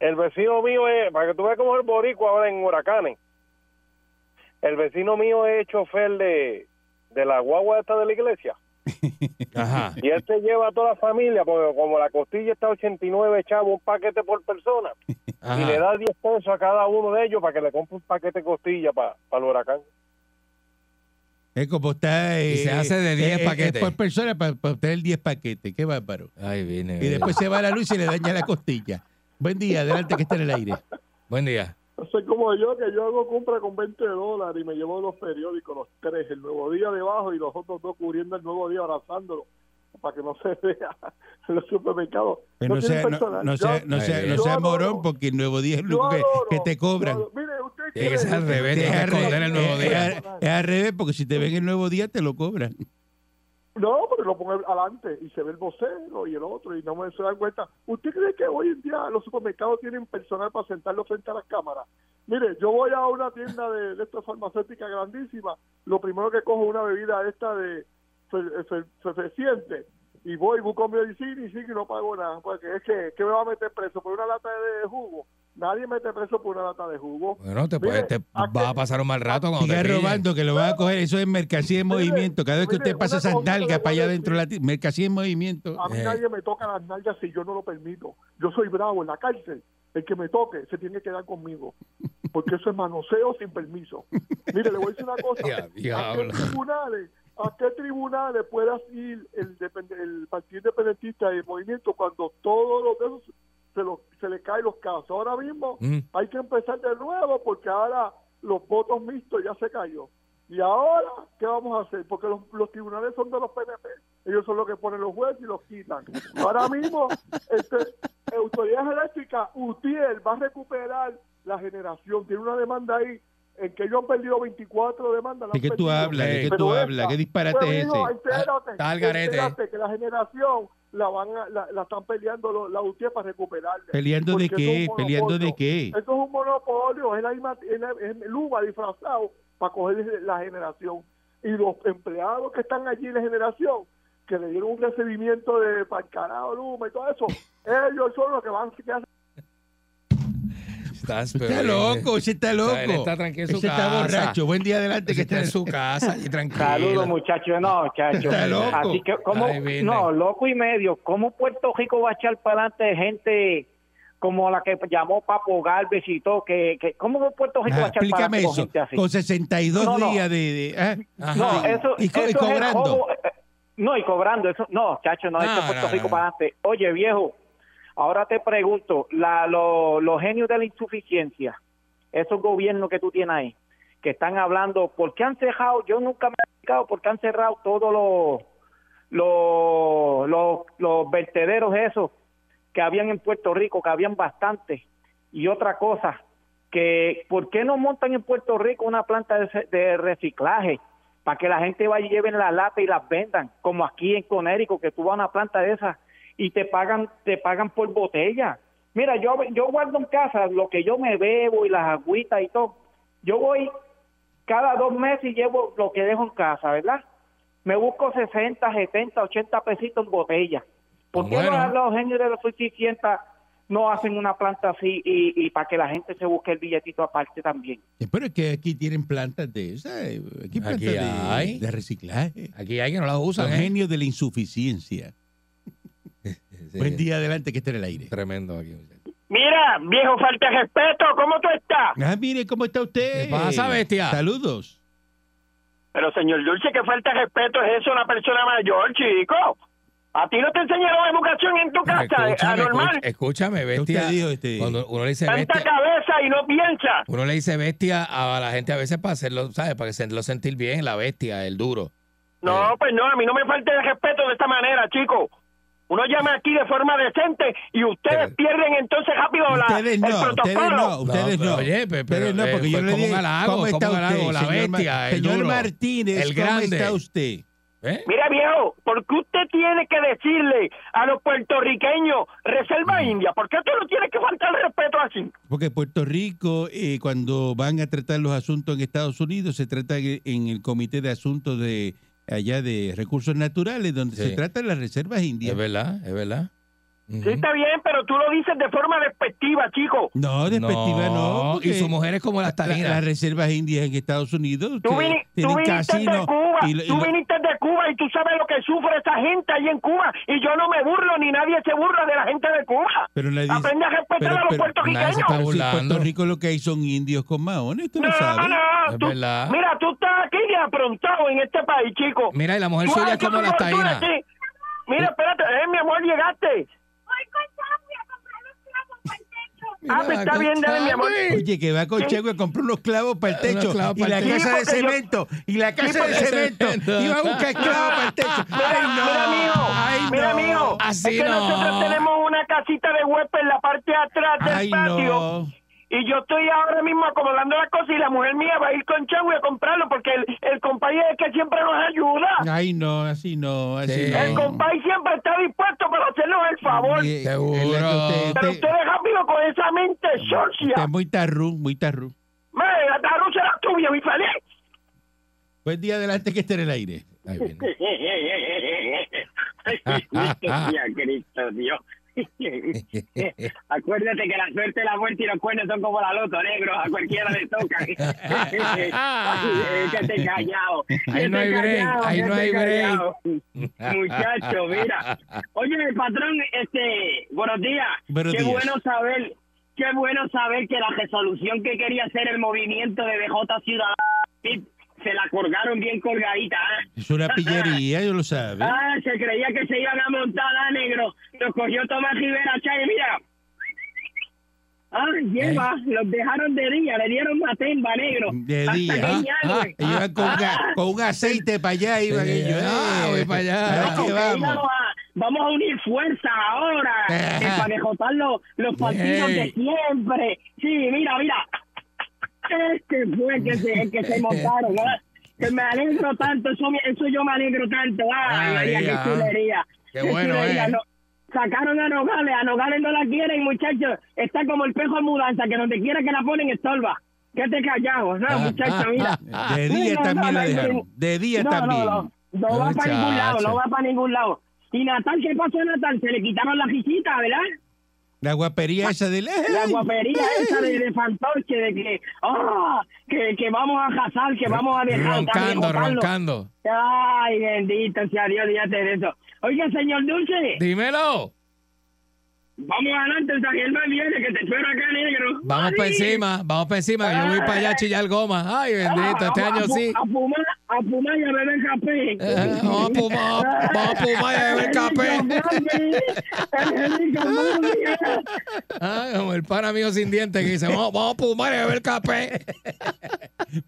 [SPEAKER 7] el vecino mío es, para que tú veas cómo es el boricua ahora en huracanes, el vecino mío es chofer de, de la guagua esta de la iglesia,
[SPEAKER 4] Ajá.
[SPEAKER 7] y
[SPEAKER 3] [LAUGHS]
[SPEAKER 7] él se lleva a toda la familia, porque como la costilla está a 89 chavos, un paquete por persona, y le
[SPEAKER 4] Ajá.
[SPEAKER 7] da 10 pesos a cada uno de ellos para que le compre un paquete de costilla para el huracán.
[SPEAKER 3] Es como está. eh,
[SPEAKER 4] Y se hace de 10
[SPEAKER 3] es
[SPEAKER 4] paquetes.
[SPEAKER 3] por persona para, para obtener 10 paquetes. Qué bárbaro.
[SPEAKER 4] Ahí viene.
[SPEAKER 3] Y después se va la luz y le daña la costilla. Buen día adelante que esté en el aire.
[SPEAKER 4] Buen día.
[SPEAKER 8] Yo soy como yo, que yo hago compra con 20 dólares y me llevo los periódicos, los tres, el nuevo día debajo y los otros dos cubriendo el nuevo día, abrazándolo. para que no se [LAUGHS] vea en los supermercados.
[SPEAKER 3] Pero no, sea,
[SPEAKER 8] tienen
[SPEAKER 3] no,
[SPEAKER 8] personal.
[SPEAKER 3] no
[SPEAKER 8] Yo-
[SPEAKER 3] sea, no sea- no
[SPEAKER 8] yo
[SPEAKER 3] sea
[SPEAKER 8] adoro-
[SPEAKER 3] morón porque el nuevo día es
[SPEAKER 8] yo
[SPEAKER 3] lo que,
[SPEAKER 8] adoro-
[SPEAKER 3] que te cobran.
[SPEAKER 8] yo adoro- Mire, usted
[SPEAKER 4] Tiene que ser al
[SPEAKER 8] quiere-
[SPEAKER 4] revés,
[SPEAKER 3] Es
[SPEAKER 4] tiene
[SPEAKER 3] al
[SPEAKER 4] que
[SPEAKER 3] revés,
[SPEAKER 4] esconder el nuevo
[SPEAKER 3] es-
[SPEAKER 4] día.
[SPEAKER 3] Es, al- es al revés, porque si te ven el nuevo día, te lo cobran.
[SPEAKER 8] No, pero lo pone adelante y se ve el vocero y el otro y no me se dan cuenta. ¿Usted cree que hoy en día los supermercados tienen personal para sentarlo frente a las cámaras? Mire, yo voy a una tienda de, de esta farmacéutica grandísima, lo primero que cojo es una bebida esta de fer- fer- efervesciente y voy, busco medicina y sí que no pago nada, porque es que, que me va a meter preso por una lata de jugo. Nadie mete preso por una lata de jugo.
[SPEAKER 4] Bueno, te, puede-
[SPEAKER 8] Mire,
[SPEAKER 4] te
[SPEAKER 8] aquí-
[SPEAKER 4] vas a pasar un mal rato cuando te
[SPEAKER 3] Siga
[SPEAKER 4] pillen.
[SPEAKER 3] robando, que lo van a coger. Eso es mercancía en
[SPEAKER 8] Mire,
[SPEAKER 3] movimiento. Cada vez que
[SPEAKER 8] mire,
[SPEAKER 3] usted pasa
[SPEAKER 8] una
[SPEAKER 3] esas
[SPEAKER 8] cosa le
[SPEAKER 3] nalgas
[SPEAKER 8] voy a
[SPEAKER 3] para allá
[SPEAKER 8] decir.
[SPEAKER 3] dentro de la ti- mercancía en movimiento.
[SPEAKER 9] Ah,
[SPEAKER 8] A mí
[SPEAKER 4] Eh.
[SPEAKER 8] nadie me toca las nalgas si yo no lo permito. Yo soy bravo en la cárcel. El que me toque se tiene que quedar conmigo. Porque eso es manoseo sin permiso. Mire, le voy a decir una cosa.
[SPEAKER 4] Ya, diablo.
[SPEAKER 8] ¿A qué tribunales, a qué tribunales puedas ir el, depend- el Partido Independentista y el movimiento cuando todos los de esos se, lo- se le caen los casos? Ahora mismo
[SPEAKER 4] Mm.
[SPEAKER 8] hay que empezar de nuevo porque ahora los votos mixtos ya se cayó. ¿Y ahora qué vamos a hacer? Porque los, los tribunales son de los PNP. Ellos son los que ponen los jueces y los quitan. Ahora mismo, este, Autoridades Eléctricas, UTIEL va a recuperar la generación. Tiene una demanda ahí en que ellos han perdido 24 demandas. la
[SPEAKER 3] ¿De
[SPEAKER 8] han
[SPEAKER 3] qué tú
[SPEAKER 8] perdido.
[SPEAKER 3] hablas? ¿De
[SPEAKER 4] Ey.
[SPEAKER 3] qué
[SPEAKER 8] Pero
[SPEAKER 3] tú
[SPEAKER 8] esta,
[SPEAKER 3] hablas? ¿Qué disparate
[SPEAKER 8] pues,
[SPEAKER 3] es
[SPEAKER 8] mijo,
[SPEAKER 3] ese?
[SPEAKER 8] entérate,
[SPEAKER 4] Está al garete.
[SPEAKER 8] entérate que la generación la van a- la, la están peleando lo- la UTIEL para recuperarla.
[SPEAKER 3] ¿Peleando de
[SPEAKER 8] porque
[SPEAKER 3] qué?
[SPEAKER 8] es un
[SPEAKER 3] ¿Peleando de
[SPEAKER 8] monopolio.
[SPEAKER 3] qué?
[SPEAKER 8] Eso es un monopolio, es la misma, es la- es el uva disfrazado para coger la generación. Y los empleados que están allí en la generación, que le dieron un recibimiento de palcarado, Luma y todo
[SPEAKER 3] [LAUGHS]
[SPEAKER 8] eso, ellos son los que van a quedarse
[SPEAKER 4] Estás
[SPEAKER 3] Está
[SPEAKER 4] pero-
[SPEAKER 3] loco, ese está loco.
[SPEAKER 4] él está tranquilo en su
[SPEAKER 3] Ese está
[SPEAKER 4] casa.
[SPEAKER 3] borracho. Buen día adelante
[SPEAKER 4] Ese
[SPEAKER 3] que
[SPEAKER 4] está en su casa y tranquilo.
[SPEAKER 9] Saludos, muchachos. No, muchachos.
[SPEAKER 3] Está loco.
[SPEAKER 9] Así que, ¿cómo?
[SPEAKER 4] Ahí viene.
[SPEAKER 9] No, loco y medio. ¿Cómo Puerto Rico va a echar para adelante gente como la que llamó Papo Galvez y todo? Que, que, ¿Cómo Puerto Rico va
[SPEAKER 3] Ah,
[SPEAKER 9] a echar para
[SPEAKER 3] explícame
[SPEAKER 9] adelante con
[SPEAKER 3] eso.
[SPEAKER 9] gente así?
[SPEAKER 3] Con 62
[SPEAKER 9] No, no.
[SPEAKER 3] días de. de- ah,
[SPEAKER 4] Ajá.
[SPEAKER 9] No, eso,
[SPEAKER 3] Y co- y
[SPEAKER 9] eso es el
[SPEAKER 3] cobrando.
[SPEAKER 9] robo, eh, eh, no, y cobrando. Eso, no, chacho, no,
[SPEAKER 4] No,
[SPEAKER 9] esto es
[SPEAKER 4] no,
[SPEAKER 9] Puerto
[SPEAKER 4] no,
[SPEAKER 9] Rico
[SPEAKER 4] no.
[SPEAKER 9] para adelante. Oye, viejo, ahora te pregunto, la, lo- los genios de la insuficiencia, esos gobiernos que tú tienes ahí, que están hablando, ¿por qué han cerrado? Yo nunca me he explicado por qué han cerrado todos los, los, los, los vertederos esos que habían en Puerto Rico, que habían bastante. Y otra cosa, que ¿por qué no montan en Puerto Rico una planta de, ce- de reciclaje para que la gente vaya y lleven la lata y las vendan, como aquí en Conérico, que tú vas a una planta de esas y te pagan te pagan por botella? Mira, yo, yo guardo en casa lo que yo me bebo y las agüitas y todo. Yo voy cada dos meses y llevo lo que dejo en casa, ¿verdad? Me busco 60, 70, 80 pesitos en botella. ¿Por qué
[SPEAKER 4] Bueno.
[SPEAKER 9] no a los genios de los 600 no hacen una planta así y, y para que la gente se busque el billetito aparte también?
[SPEAKER 3] Eh, Pero es que aquí tienen plantas de esas. eh, Aquí plantas
[SPEAKER 4] Aquí
[SPEAKER 3] de-
[SPEAKER 4] hay.
[SPEAKER 3] de, reciclaje.
[SPEAKER 4] Aquí hay que no la
[SPEAKER 3] Son
[SPEAKER 4] usan, ¿eh?
[SPEAKER 3] genios de la insuficiencia.
[SPEAKER 4] Sí,
[SPEAKER 3] Buen día adelante que esté en el aire.
[SPEAKER 4] Tremendo aquí. muchacho.
[SPEAKER 9] Mira, viejo, falta de respeto, ¿cómo tú estás?
[SPEAKER 3] Ah, mire, ¿cómo está usted?
[SPEAKER 4] ¿Qué pasa, bestia?
[SPEAKER 3] Saludos.
[SPEAKER 9] Pero señor Dulce, que falta de respeto es eso una persona mayor, chico. A ti no te enseñaron educación en tu eh,
[SPEAKER 4] Escúchame, escu-
[SPEAKER 3] este-
[SPEAKER 4] escúchame,
[SPEAKER 3] ¿Qué
[SPEAKER 4] bestia.
[SPEAKER 3] usted dijo, este?
[SPEAKER 4] Cuando uno le dice bestia,
[SPEAKER 9] cabeza y no piensas.
[SPEAKER 4] uno le dice bestia a la gente a veces para hacerlo, ¿sabes? Para que se lo sentir bien, la bestia, el duro.
[SPEAKER 9] No,
[SPEAKER 4] Eh.
[SPEAKER 9] pues no, a mí no me falta el respeto de esta manera, chico. Uno llama aquí de forma decente y ustedes
[SPEAKER 4] Pero-
[SPEAKER 9] pierden entonces rápido la,
[SPEAKER 3] Ustedes no,
[SPEAKER 9] el
[SPEAKER 3] ustedes
[SPEAKER 9] protocolo.
[SPEAKER 3] no, ustedes
[SPEAKER 4] pero,
[SPEAKER 3] no.
[SPEAKER 4] Oye, pe- pero,
[SPEAKER 3] Ustedes no,
[SPEAKER 4] eh,
[SPEAKER 3] porque yo
[SPEAKER 4] pues,
[SPEAKER 3] le
[SPEAKER 4] ¿cómo
[SPEAKER 3] dije,
[SPEAKER 4] un halago?
[SPEAKER 3] ¿cómo está
[SPEAKER 4] ¿Cómo un
[SPEAKER 3] usted,
[SPEAKER 4] halago? La
[SPEAKER 3] señor Ma-
[SPEAKER 4] bestia, el
[SPEAKER 3] señor
[SPEAKER 4] duro,
[SPEAKER 3] Martínez,
[SPEAKER 4] el
[SPEAKER 3] ¿cómo
[SPEAKER 4] grande.
[SPEAKER 3] está usted?
[SPEAKER 4] ¿Eh?
[SPEAKER 9] Mira, viejo, ¿por qué usted tiene que decirle a los puertorriqueños Reserva
[SPEAKER 3] Mm.
[SPEAKER 9] India? ¿Por qué usted no tiene que faltar el respeto así?
[SPEAKER 3] Porque Puerto Rico, eh, cuando van a tratar los asuntos en Estados Unidos, se trata en en el Comité de Asuntos de allá de Recursos Naturales, donde
[SPEAKER 4] Sí.
[SPEAKER 3] se tratan las reservas
[SPEAKER 4] Es
[SPEAKER 3] indias.
[SPEAKER 4] verdad, es verdad. Ujú.
[SPEAKER 9] Sí, está bien, pero tú lo dices de forma despectiva, chico.
[SPEAKER 3] No, despectiva no. porque
[SPEAKER 4] y su mujer es como las
[SPEAKER 3] la-
[SPEAKER 4] talinas.
[SPEAKER 3] las reservas indias en Estados Unidos
[SPEAKER 9] Tú,
[SPEAKER 3] ustedes
[SPEAKER 9] vini- tú
[SPEAKER 3] tienen
[SPEAKER 9] viniste de
[SPEAKER 3] casinos
[SPEAKER 9] Cuba,
[SPEAKER 3] y lo- y
[SPEAKER 9] tú
[SPEAKER 3] lo-
[SPEAKER 9] viniste de Cuba y tú sabes lo que sufre esa gente ahí en Cuba y yo no me burlo ni nadie se burla de la gente de Cuba.
[SPEAKER 3] pero nadie-
[SPEAKER 9] Aprende a respetar
[SPEAKER 3] pero-
[SPEAKER 9] a los
[SPEAKER 3] pero-
[SPEAKER 9] puertorriqueños.
[SPEAKER 4] nadie se está
[SPEAKER 3] pero si en
[SPEAKER 4] burlando.
[SPEAKER 3] Puerto Rico lo que hay son indios con maones, tú
[SPEAKER 9] No,
[SPEAKER 3] lo
[SPEAKER 9] no,
[SPEAKER 3] sabes.
[SPEAKER 9] no.
[SPEAKER 4] Es
[SPEAKER 9] tú-
[SPEAKER 4] verdad.
[SPEAKER 9] mira, tú estás aquí de aprontado en este país, chico.
[SPEAKER 4] Mira, y la mujer
[SPEAKER 9] Tú
[SPEAKER 4] suya
[SPEAKER 9] has
[SPEAKER 4] es como
[SPEAKER 9] hecho
[SPEAKER 4] las
[SPEAKER 9] tu fortuna
[SPEAKER 4] tainas.
[SPEAKER 9] aquí. Mira, espérate, eh, mi amor, llegaste.
[SPEAKER 2] Voy con Charlie a comprar un clavo para el techo.
[SPEAKER 6] Ah, pues está bien, dale, mi amor.
[SPEAKER 3] Oye, que va con
[SPEAKER 6] Sí.
[SPEAKER 3] Chego y compró unos clavos para el
[SPEAKER 4] Unos
[SPEAKER 3] techo.
[SPEAKER 4] clavos
[SPEAKER 3] Y
[SPEAKER 4] para
[SPEAKER 3] la
[SPEAKER 4] el techo.
[SPEAKER 3] casa de
[SPEAKER 6] Sí, porque yo-
[SPEAKER 3] cemento. Y la casa de
[SPEAKER 4] porque
[SPEAKER 3] cemento.
[SPEAKER 4] cemento.
[SPEAKER 3] Y va
[SPEAKER 4] [LAUGHS]
[SPEAKER 3] a buscar clavos para el techo.
[SPEAKER 6] Mira,
[SPEAKER 3] ¡Ay, no!
[SPEAKER 6] mira, mijo,
[SPEAKER 3] ¡Ay,
[SPEAKER 6] mira,
[SPEAKER 3] no!
[SPEAKER 6] mijo,
[SPEAKER 4] Así
[SPEAKER 6] es que
[SPEAKER 4] no.
[SPEAKER 6] nosotros tenemos una casita de huésped en la parte de atrás del
[SPEAKER 3] ¡Ay,
[SPEAKER 6] patio.
[SPEAKER 3] no!
[SPEAKER 6] Y yo estoy ahora mismo acomodando las cosas y la mujer mía va a ir con Chavo y a comprarlo porque el, el compay es el que siempre nos ayuda.
[SPEAKER 3] ¡Ay, no! Así no, así
[SPEAKER 4] Sí.
[SPEAKER 3] no.
[SPEAKER 6] El compay siempre está dispuesto para hacernos el favor.
[SPEAKER 3] Eh,
[SPEAKER 4] Seguro.
[SPEAKER 3] eh, usted- usted-
[SPEAKER 6] Pero ustedes rápido con esa mente
[SPEAKER 3] usted
[SPEAKER 6] socia.
[SPEAKER 3] es muy tarru, muy tarru.
[SPEAKER 6] Madre, la tarucha será tuya, mi feliz.
[SPEAKER 3] Buen día adelante que esté en el aire.
[SPEAKER 4] Ahí viene.
[SPEAKER 10] Hostia, Cristo, Dios. [LAUGHS] Acuérdate que la suerte, la muerte y los cuernos son como la loto, negro. A cualquiera
[SPEAKER 4] [LAUGHS]
[SPEAKER 10] le [LAUGHS] tocan. Ay, Quédate callado.
[SPEAKER 4] Ahí no hay
[SPEAKER 10] Quédate
[SPEAKER 4] break,
[SPEAKER 10] callado,
[SPEAKER 4] ahí no hay
[SPEAKER 10] quédate
[SPEAKER 4] break. [LAUGHS]
[SPEAKER 10] callado. Muchacho, mira. Oye, mi patrón, este, buenos días.
[SPEAKER 3] Buenos
[SPEAKER 10] qué
[SPEAKER 3] días.
[SPEAKER 10] bueno saber, qué bueno saber que la resolución que quería hacer el movimiento de BJ Ciudad se la colgaron bien colgadita. ¿eh?
[SPEAKER 3] Es una pillería, yo lo sabe.
[SPEAKER 10] Ah, se creía que se iban a montar, ah, negro. Los cogió Tomás Rivera, Chay, mira. Ah, lleva, los dejaron de día, le dieron matemba, negro.
[SPEAKER 3] De
[SPEAKER 10] Hasta
[SPEAKER 3] día.
[SPEAKER 10] que
[SPEAKER 3] Ah,
[SPEAKER 10] ñalgue.
[SPEAKER 3] Y iban
[SPEAKER 4] ah,
[SPEAKER 3] con, ga- con un aceite para allá. Iban
[SPEAKER 4] Sí,
[SPEAKER 3] ellos.
[SPEAKER 4] ah,
[SPEAKER 3] Ah. eh,
[SPEAKER 4] voy para allá.
[SPEAKER 3] ¿a qué
[SPEAKER 10] Ok,
[SPEAKER 3] vamos?
[SPEAKER 10] vamos a- Vamos a unir fuerzas ahora
[SPEAKER 3] Ajá.
[SPEAKER 10] eh, para derrotar los, los partidos
[SPEAKER 4] Bien.
[SPEAKER 10] de siempre. Sí, mira, mira. Este fue el que se,
[SPEAKER 4] [LAUGHS]
[SPEAKER 10] el que se montaron. ¿verdad? Que me alegro tanto, eso, me- eso yo me alegro tanto. Ay,
[SPEAKER 4] Ah,
[SPEAKER 10] María,
[SPEAKER 4] ya.
[SPEAKER 10] qué chulería.
[SPEAKER 4] Qué
[SPEAKER 10] Qué
[SPEAKER 4] bueno,
[SPEAKER 10] chulería,
[SPEAKER 4] eh.
[SPEAKER 10] no- Sacaron a Nogales, a Nogales no la quieren, muchachos. Está como el pejo en mudanza, que donde quiera que la ponen estorba. Que te callamos,
[SPEAKER 4] Ah,
[SPEAKER 10] ¿no, muchachos? Ah, Mira.
[SPEAKER 3] De día
[SPEAKER 10] No,
[SPEAKER 3] también
[SPEAKER 10] no,
[SPEAKER 3] la
[SPEAKER 10] no,
[SPEAKER 3] dejaron. De día
[SPEAKER 10] no,
[SPEAKER 3] también.
[SPEAKER 10] No, no, no va
[SPEAKER 4] Muchacho.
[SPEAKER 10] para ningún lado, no va para ningún lado. ¿Y Natal qué pasó, Natal? Se le quitaron la visita, ¿verdad?
[SPEAKER 3] La guapería esa del.
[SPEAKER 10] La guapería esa de, de fantoche, de que, ah, que, que vamos a casar, que vamos a dejar.
[SPEAKER 4] Roncando,
[SPEAKER 10] también, botarlo.
[SPEAKER 4] roncando.
[SPEAKER 10] Ay, bendito sea Dios, dígate de eso. Oiga, señor Dulce,
[SPEAKER 4] Dímelo.
[SPEAKER 10] vamos adelante, el Daniel me viene, que te espero acá, negro.
[SPEAKER 4] Vamos para
[SPEAKER 10] Ay.
[SPEAKER 4] encima, vamos para encima, que yo voy para allá a chillar goma. Ay, bendito, este
[SPEAKER 10] Ah,
[SPEAKER 4] año
[SPEAKER 10] a fu-
[SPEAKER 4] sí.
[SPEAKER 10] A fumar, a fumar y a beber café.
[SPEAKER 4] Eh, Vamos a fumar, vamos a fumar y a beber café. Ah, como el pana mío sin dientes que dice, vamos, vamos a fumar y a beber café.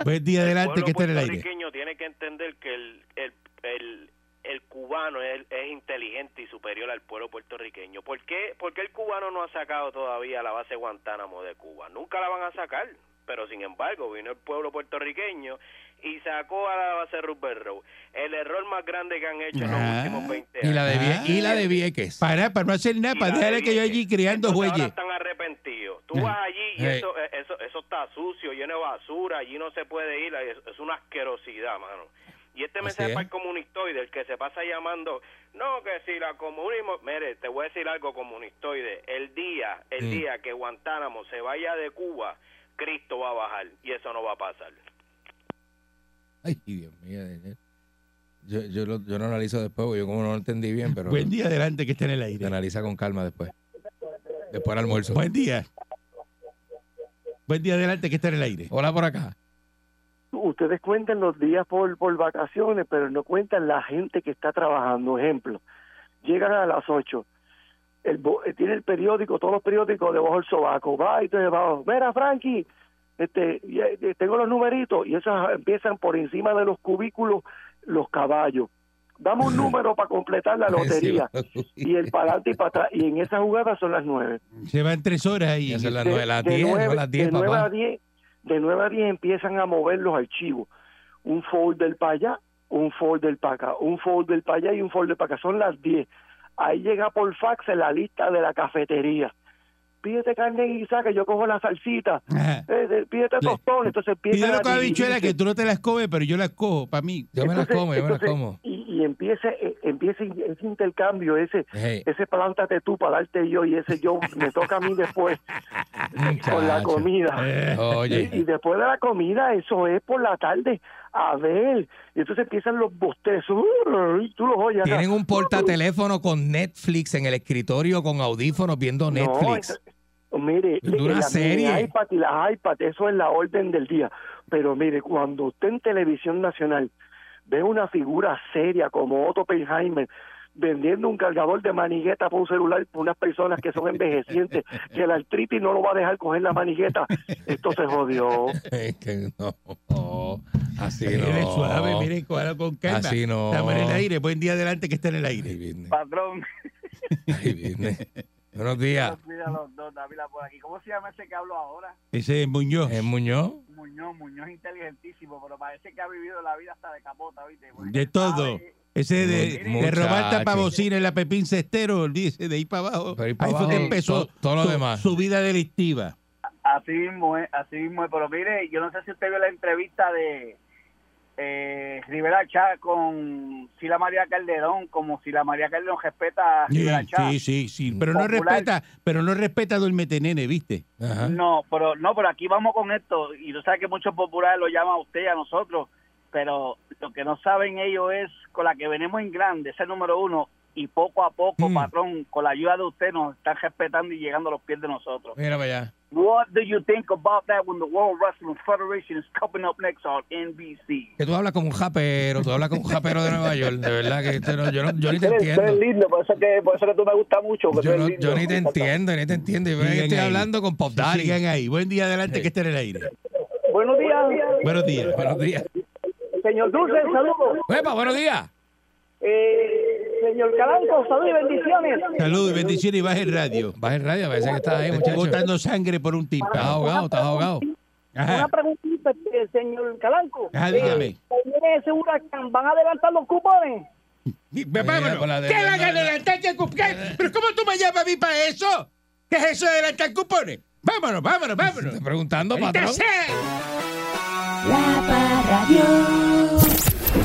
[SPEAKER 3] Buen día adelante
[SPEAKER 11] pueblo
[SPEAKER 3] que esté en el aire.
[SPEAKER 11] puertorriqueño tiene que entender que el, el, el, el cubano es, es inteligente y superior al pueblo puertorriqueño. ¿Por qué, por qué el cubano no ha sacado todavía la base Guantánamo de Cuba? Nunca la van a sacar. Pero sin embargo, vino el pueblo puertorriqueño y sacó a la base Rupert Road. El error más grande que han hecho en los
[SPEAKER 3] Ah,
[SPEAKER 11] últimos 20 años.
[SPEAKER 4] Y la de, Vie- y la de Vieques.
[SPEAKER 3] Para, para no hacer nada,
[SPEAKER 11] Y
[SPEAKER 3] para
[SPEAKER 11] la
[SPEAKER 3] dejar
[SPEAKER 11] de
[SPEAKER 3] que yo
[SPEAKER 11] Vieques.
[SPEAKER 3] allí criando
[SPEAKER 11] Entonces ahora
[SPEAKER 3] jueyes.
[SPEAKER 11] están arrepentidos. Tú vas allí y
[SPEAKER 4] Hey.
[SPEAKER 11] eso, eh, eso, eso está sucio, lleno de basura, allí no se puede ir, es, es una asquerosidad, mano. Y este
[SPEAKER 4] Así
[SPEAKER 11] mensaje
[SPEAKER 4] es.
[SPEAKER 11] para el comunistoide, el que se pasa llamando, no, que si la comunismo, mire, te voy a decir algo comunistoide, el día, el
[SPEAKER 4] Mm.
[SPEAKER 11] día que Guantánamo se vaya de Cuba, Cristo va a bajar y eso no va a pasar.
[SPEAKER 4] Ay, Dios mío. eh. Yo, yo, lo, yo lo analizo después, porque yo como no lo entendí bien, pero
[SPEAKER 3] Buen día adelante que esté en el
[SPEAKER 4] se
[SPEAKER 3] aire.
[SPEAKER 4] analiza con calma después. Después del almuerzo.
[SPEAKER 3] Buen día. Buen día adelante que esté en el aire.
[SPEAKER 4] Hola por acá.
[SPEAKER 12] ustedes cuentan los días por, por vacaciones, pero no cuentan la gente que está trabajando. Ejemplo, llegan a las 8, el, bo- eh, tiene el periódico, todos los periódicos debajo del sobaco, va y entonces va, mira Frankie, este, ya, eh, tengo los numeritos, y esos empiezan por encima de los cubículos los caballos. Dame un número para completar la lotería.
[SPEAKER 4] [LAUGHS]
[SPEAKER 12] Y el para adelante y para atrás. Y en esa jugada son las nueve.
[SPEAKER 3] Se van tres horas ahí.
[SPEAKER 4] Ya son las
[SPEAKER 12] De-
[SPEAKER 4] nueve, las
[SPEAKER 12] de
[SPEAKER 4] diez,
[SPEAKER 12] nueve-
[SPEAKER 4] no las diez,
[SPEAKER 12] de nueve
[SPEAKER 4] papá.
[SPEAKER 12] a diez- de nueve a 10 empiezan a mover los archivos. Un folder para allá, un folder para acá, un folder para allá y un folder para acá. Son las 10. Ahí llega por fax la lista de la cafetería. Pídete carne guisada que yo cojo la salsita.
[SPEAKER 3] Ajá.
[SPEAKER 12] Eh, eh, pídete
[SPEAKER 3] Le-
[SPEAKER 12] tostones. Entonces empiezan
[SPEAKER 3] Pídelo
[SPEAKER 12] a
[SPEAKER 3] con habichuela
[SPEAKER 12] dividirse.
[SPEAKER 3] que tú no te las comes, pero yo las cojo para mí.
[SPEAKER 4] Yo me las
[SPEAKER 12] Entonces-
[SPEAKER 4] como, yo me las
[SPEAKER 12] entonces,
[SPEAKER 4] como.
[SPEAKER 12] Y, y empieza, eh, empieza ese intercambio, ese,
[SPEAKER 4] Hey,
[SPEAKER 12] ese plántate tú para darte yo y ese yo me toca a mí después [LAUGHS] con la
[SPEAKER 4] muchacho.
[SPEAKER 12] comida.
[SPEAKER 5] Eh,
[SPEAKER 12] [LAUGHS] Y, y
[SPEAKER 4] Oye,
[SPEAKER 12] después de la comida, eso es por la tarde. A ver, y entonces empiezan los bostezos. y Tú los oyes. acá.
[SPEAKER 4] tienen un portateléfono con Netflix en el escritorio con audífonos viendo [LAUGHS]
[SPEAKER 12] No,
[SPEAKER 4] Netflix.
[SPEAKER 12] eso- ¡Uh! mire,
[SPEAKER 4] Viendo una
[SPEAKER 12] la
[SPEAKER 4] serie.
[SPEAKER 12] iPad y las iPad, eso es la orden del día. Pero mire, cuando usted en televisión nacional ve una figura seria como Otto Oppenheimer vendiendo un cargador de manigueta para un celular por unas personas que son
[SPEAKER 4] [LAUGHS]
[SPEAKER 12] envejecientes, que la artritis no lo va a dejar coger la manigueta. Esto se jodió.
[SPEAKER 4] Es que no, no, Oh, así no.
[SPEAKER 3] Mire, suave, mire, cuadrado con calma.
[SPEAKER 4] Así no.
[SPEAKER 3] Estamos en el aire. Buen día adelante que está en el aire.
[SPEAKER 13] Patrón,
[SPEAKER 4] Ay, viernes. Buenos
[SPEAKER 12] [LAUGHS]
[SPEAKER 4] días.
[SPEAKER 13] mira los dos, Dávila por aquí. ¿Cómo se llama ese que hablo ahora?
[SPEAKER 3] Ese es Muñoz.
[SPEAKER 4] ¿Es Eh, Muñoz?
[SPEAKER 13] Muñoz, Muñoz inteligentísimo, pero parece que ha vivido la vida hasta de capota, ¿viste? Bueno,
[SPEAKER 3] De todo. Ese de,
[SPEAKER 4] Mu-
[SPEAKER 3] de robar
[SPEAKER 4] muchacho.
[SPEAKER 3] tapabocina en la Pepín Cestero, olvídese, de ahí para abajo.
[SPEAKER 4] Pero ahí para
[SPEAKER 3] Ahí fue que
[SPEAKER 4] abajo,
[SPEAKER 3] empezó
[SPEAKER 4] to- todo lo
[SPEAKER 3] su-
[SPEAKER 4] demás.
[SPEAKER 3] su vida delictiva.
[SPEAKER 13] Así mismo es, así mismo es. Pero mire, yo no sé si usted vio la entrevista de eh, Rivera Chá con Sila María Calderón, como si la María Calderón respeta a
[SPEAKER 3] Sí,
[SPEAKER 13] Rivera Chá.
[SPEAKER 3] sí, sí, sí, pero no
[SPEAKER 13] Popular.
[SPEAKER 3] respeta, pero no respeta Duérmete Nene, ¿viste?
[SPEAKER 13] No, pero no, pero aquí vamos con esto. Y tú sabes que muchos populares lo llaman a usted y a nosotros, pero lo que no saben ellos es con la que venimos en grande, ese número uno, y poco a poco,
[SPEAKER 3] Mm.
[SPEAKER 13] patrón, con la ayuda de usted nos están respetando y llegando a los pies de nosotros.
[SPEAKER 4] Mira para allá.
[SPEAKER 13] What do you think about that when the World Wrestling Federation is coming up next on NBC?
[SPEAKER 4] Que tú hablas como un japero, tú hablas como un japero de Nueva York, de verdad que este no- yo, no- yo ni te
[SPEAKER 13] Eres-
[SPEAKER 4] entiendo.
[SPEAKER 13] eres lindo, por eso, que, por eso que tú me gustas mucho. porque
[SPEAKER 4] Yo,
[SPEAKER 13] tú
[SPEAKER 4] no-
[SPEAKER 13] eres
[SPEAKER 4] yo
[SPEAKER 13] lindo.
[SPEAKER 4] ni te entiendo, ni te entiendo. Y ve que
[SPEAKER 3] Sigan
[SPEAKER 4] estoy
[SPEAKER 3] ahí.
[SPEAKER 4] hablando con Pop Daddy.
[SPEAKER 3] Sigan ahí. Buen día adelante que está en el aire.
[SPEAKER 13] Buenos días,
[SPEAKER 3] Buenos días.
[SPEAKER 4] Buenos días.
[SPEAKER 13] señor Dulce, saludos.
[SPEAKER 4] Epa, buenos días.
[SPEAKER 13] Eh, señor Calanco, saludos y bendiciones.
[SPEAKER 3] Saludos y bendiciones y baja el radio.
[SPEAKER 4] Baja el radio, parece que estás ahí,
[SPEAKER 3] Te estoy
[SPEAKER 4] muchacho. Estás
[SPEAKER 3] botando sangre por un tipo.
[SPEAKER 4] ahogado, estás ahogado.
[SPEAKER 3] Ajá,
[SPEAKER 14] Una preguntita, este, señor Calanco.
[SPEAKER 3] ajá, dígame.
[SPEAKER 14] Ahí viene ese huracán, ¿van a adelantar los cupones?
[SPEAKER 4] vámonos. por la de-
[SPEAKER 3] ¿Qué van a adelantar? ¿Qué cup- qué? ¿Pero cómo tú me llamas a mí para eso? ¿Qué es eso de adelantar cupones? Vámonos, vámonos, vámonos.
[SPEAKER 4] Estoy preguntando,
[SPEAKER 3] Ahorita
[SPEAKER 4] patrón.
[SPEAKER 3] sé.
[SPEAKER 2] La Parra Dios.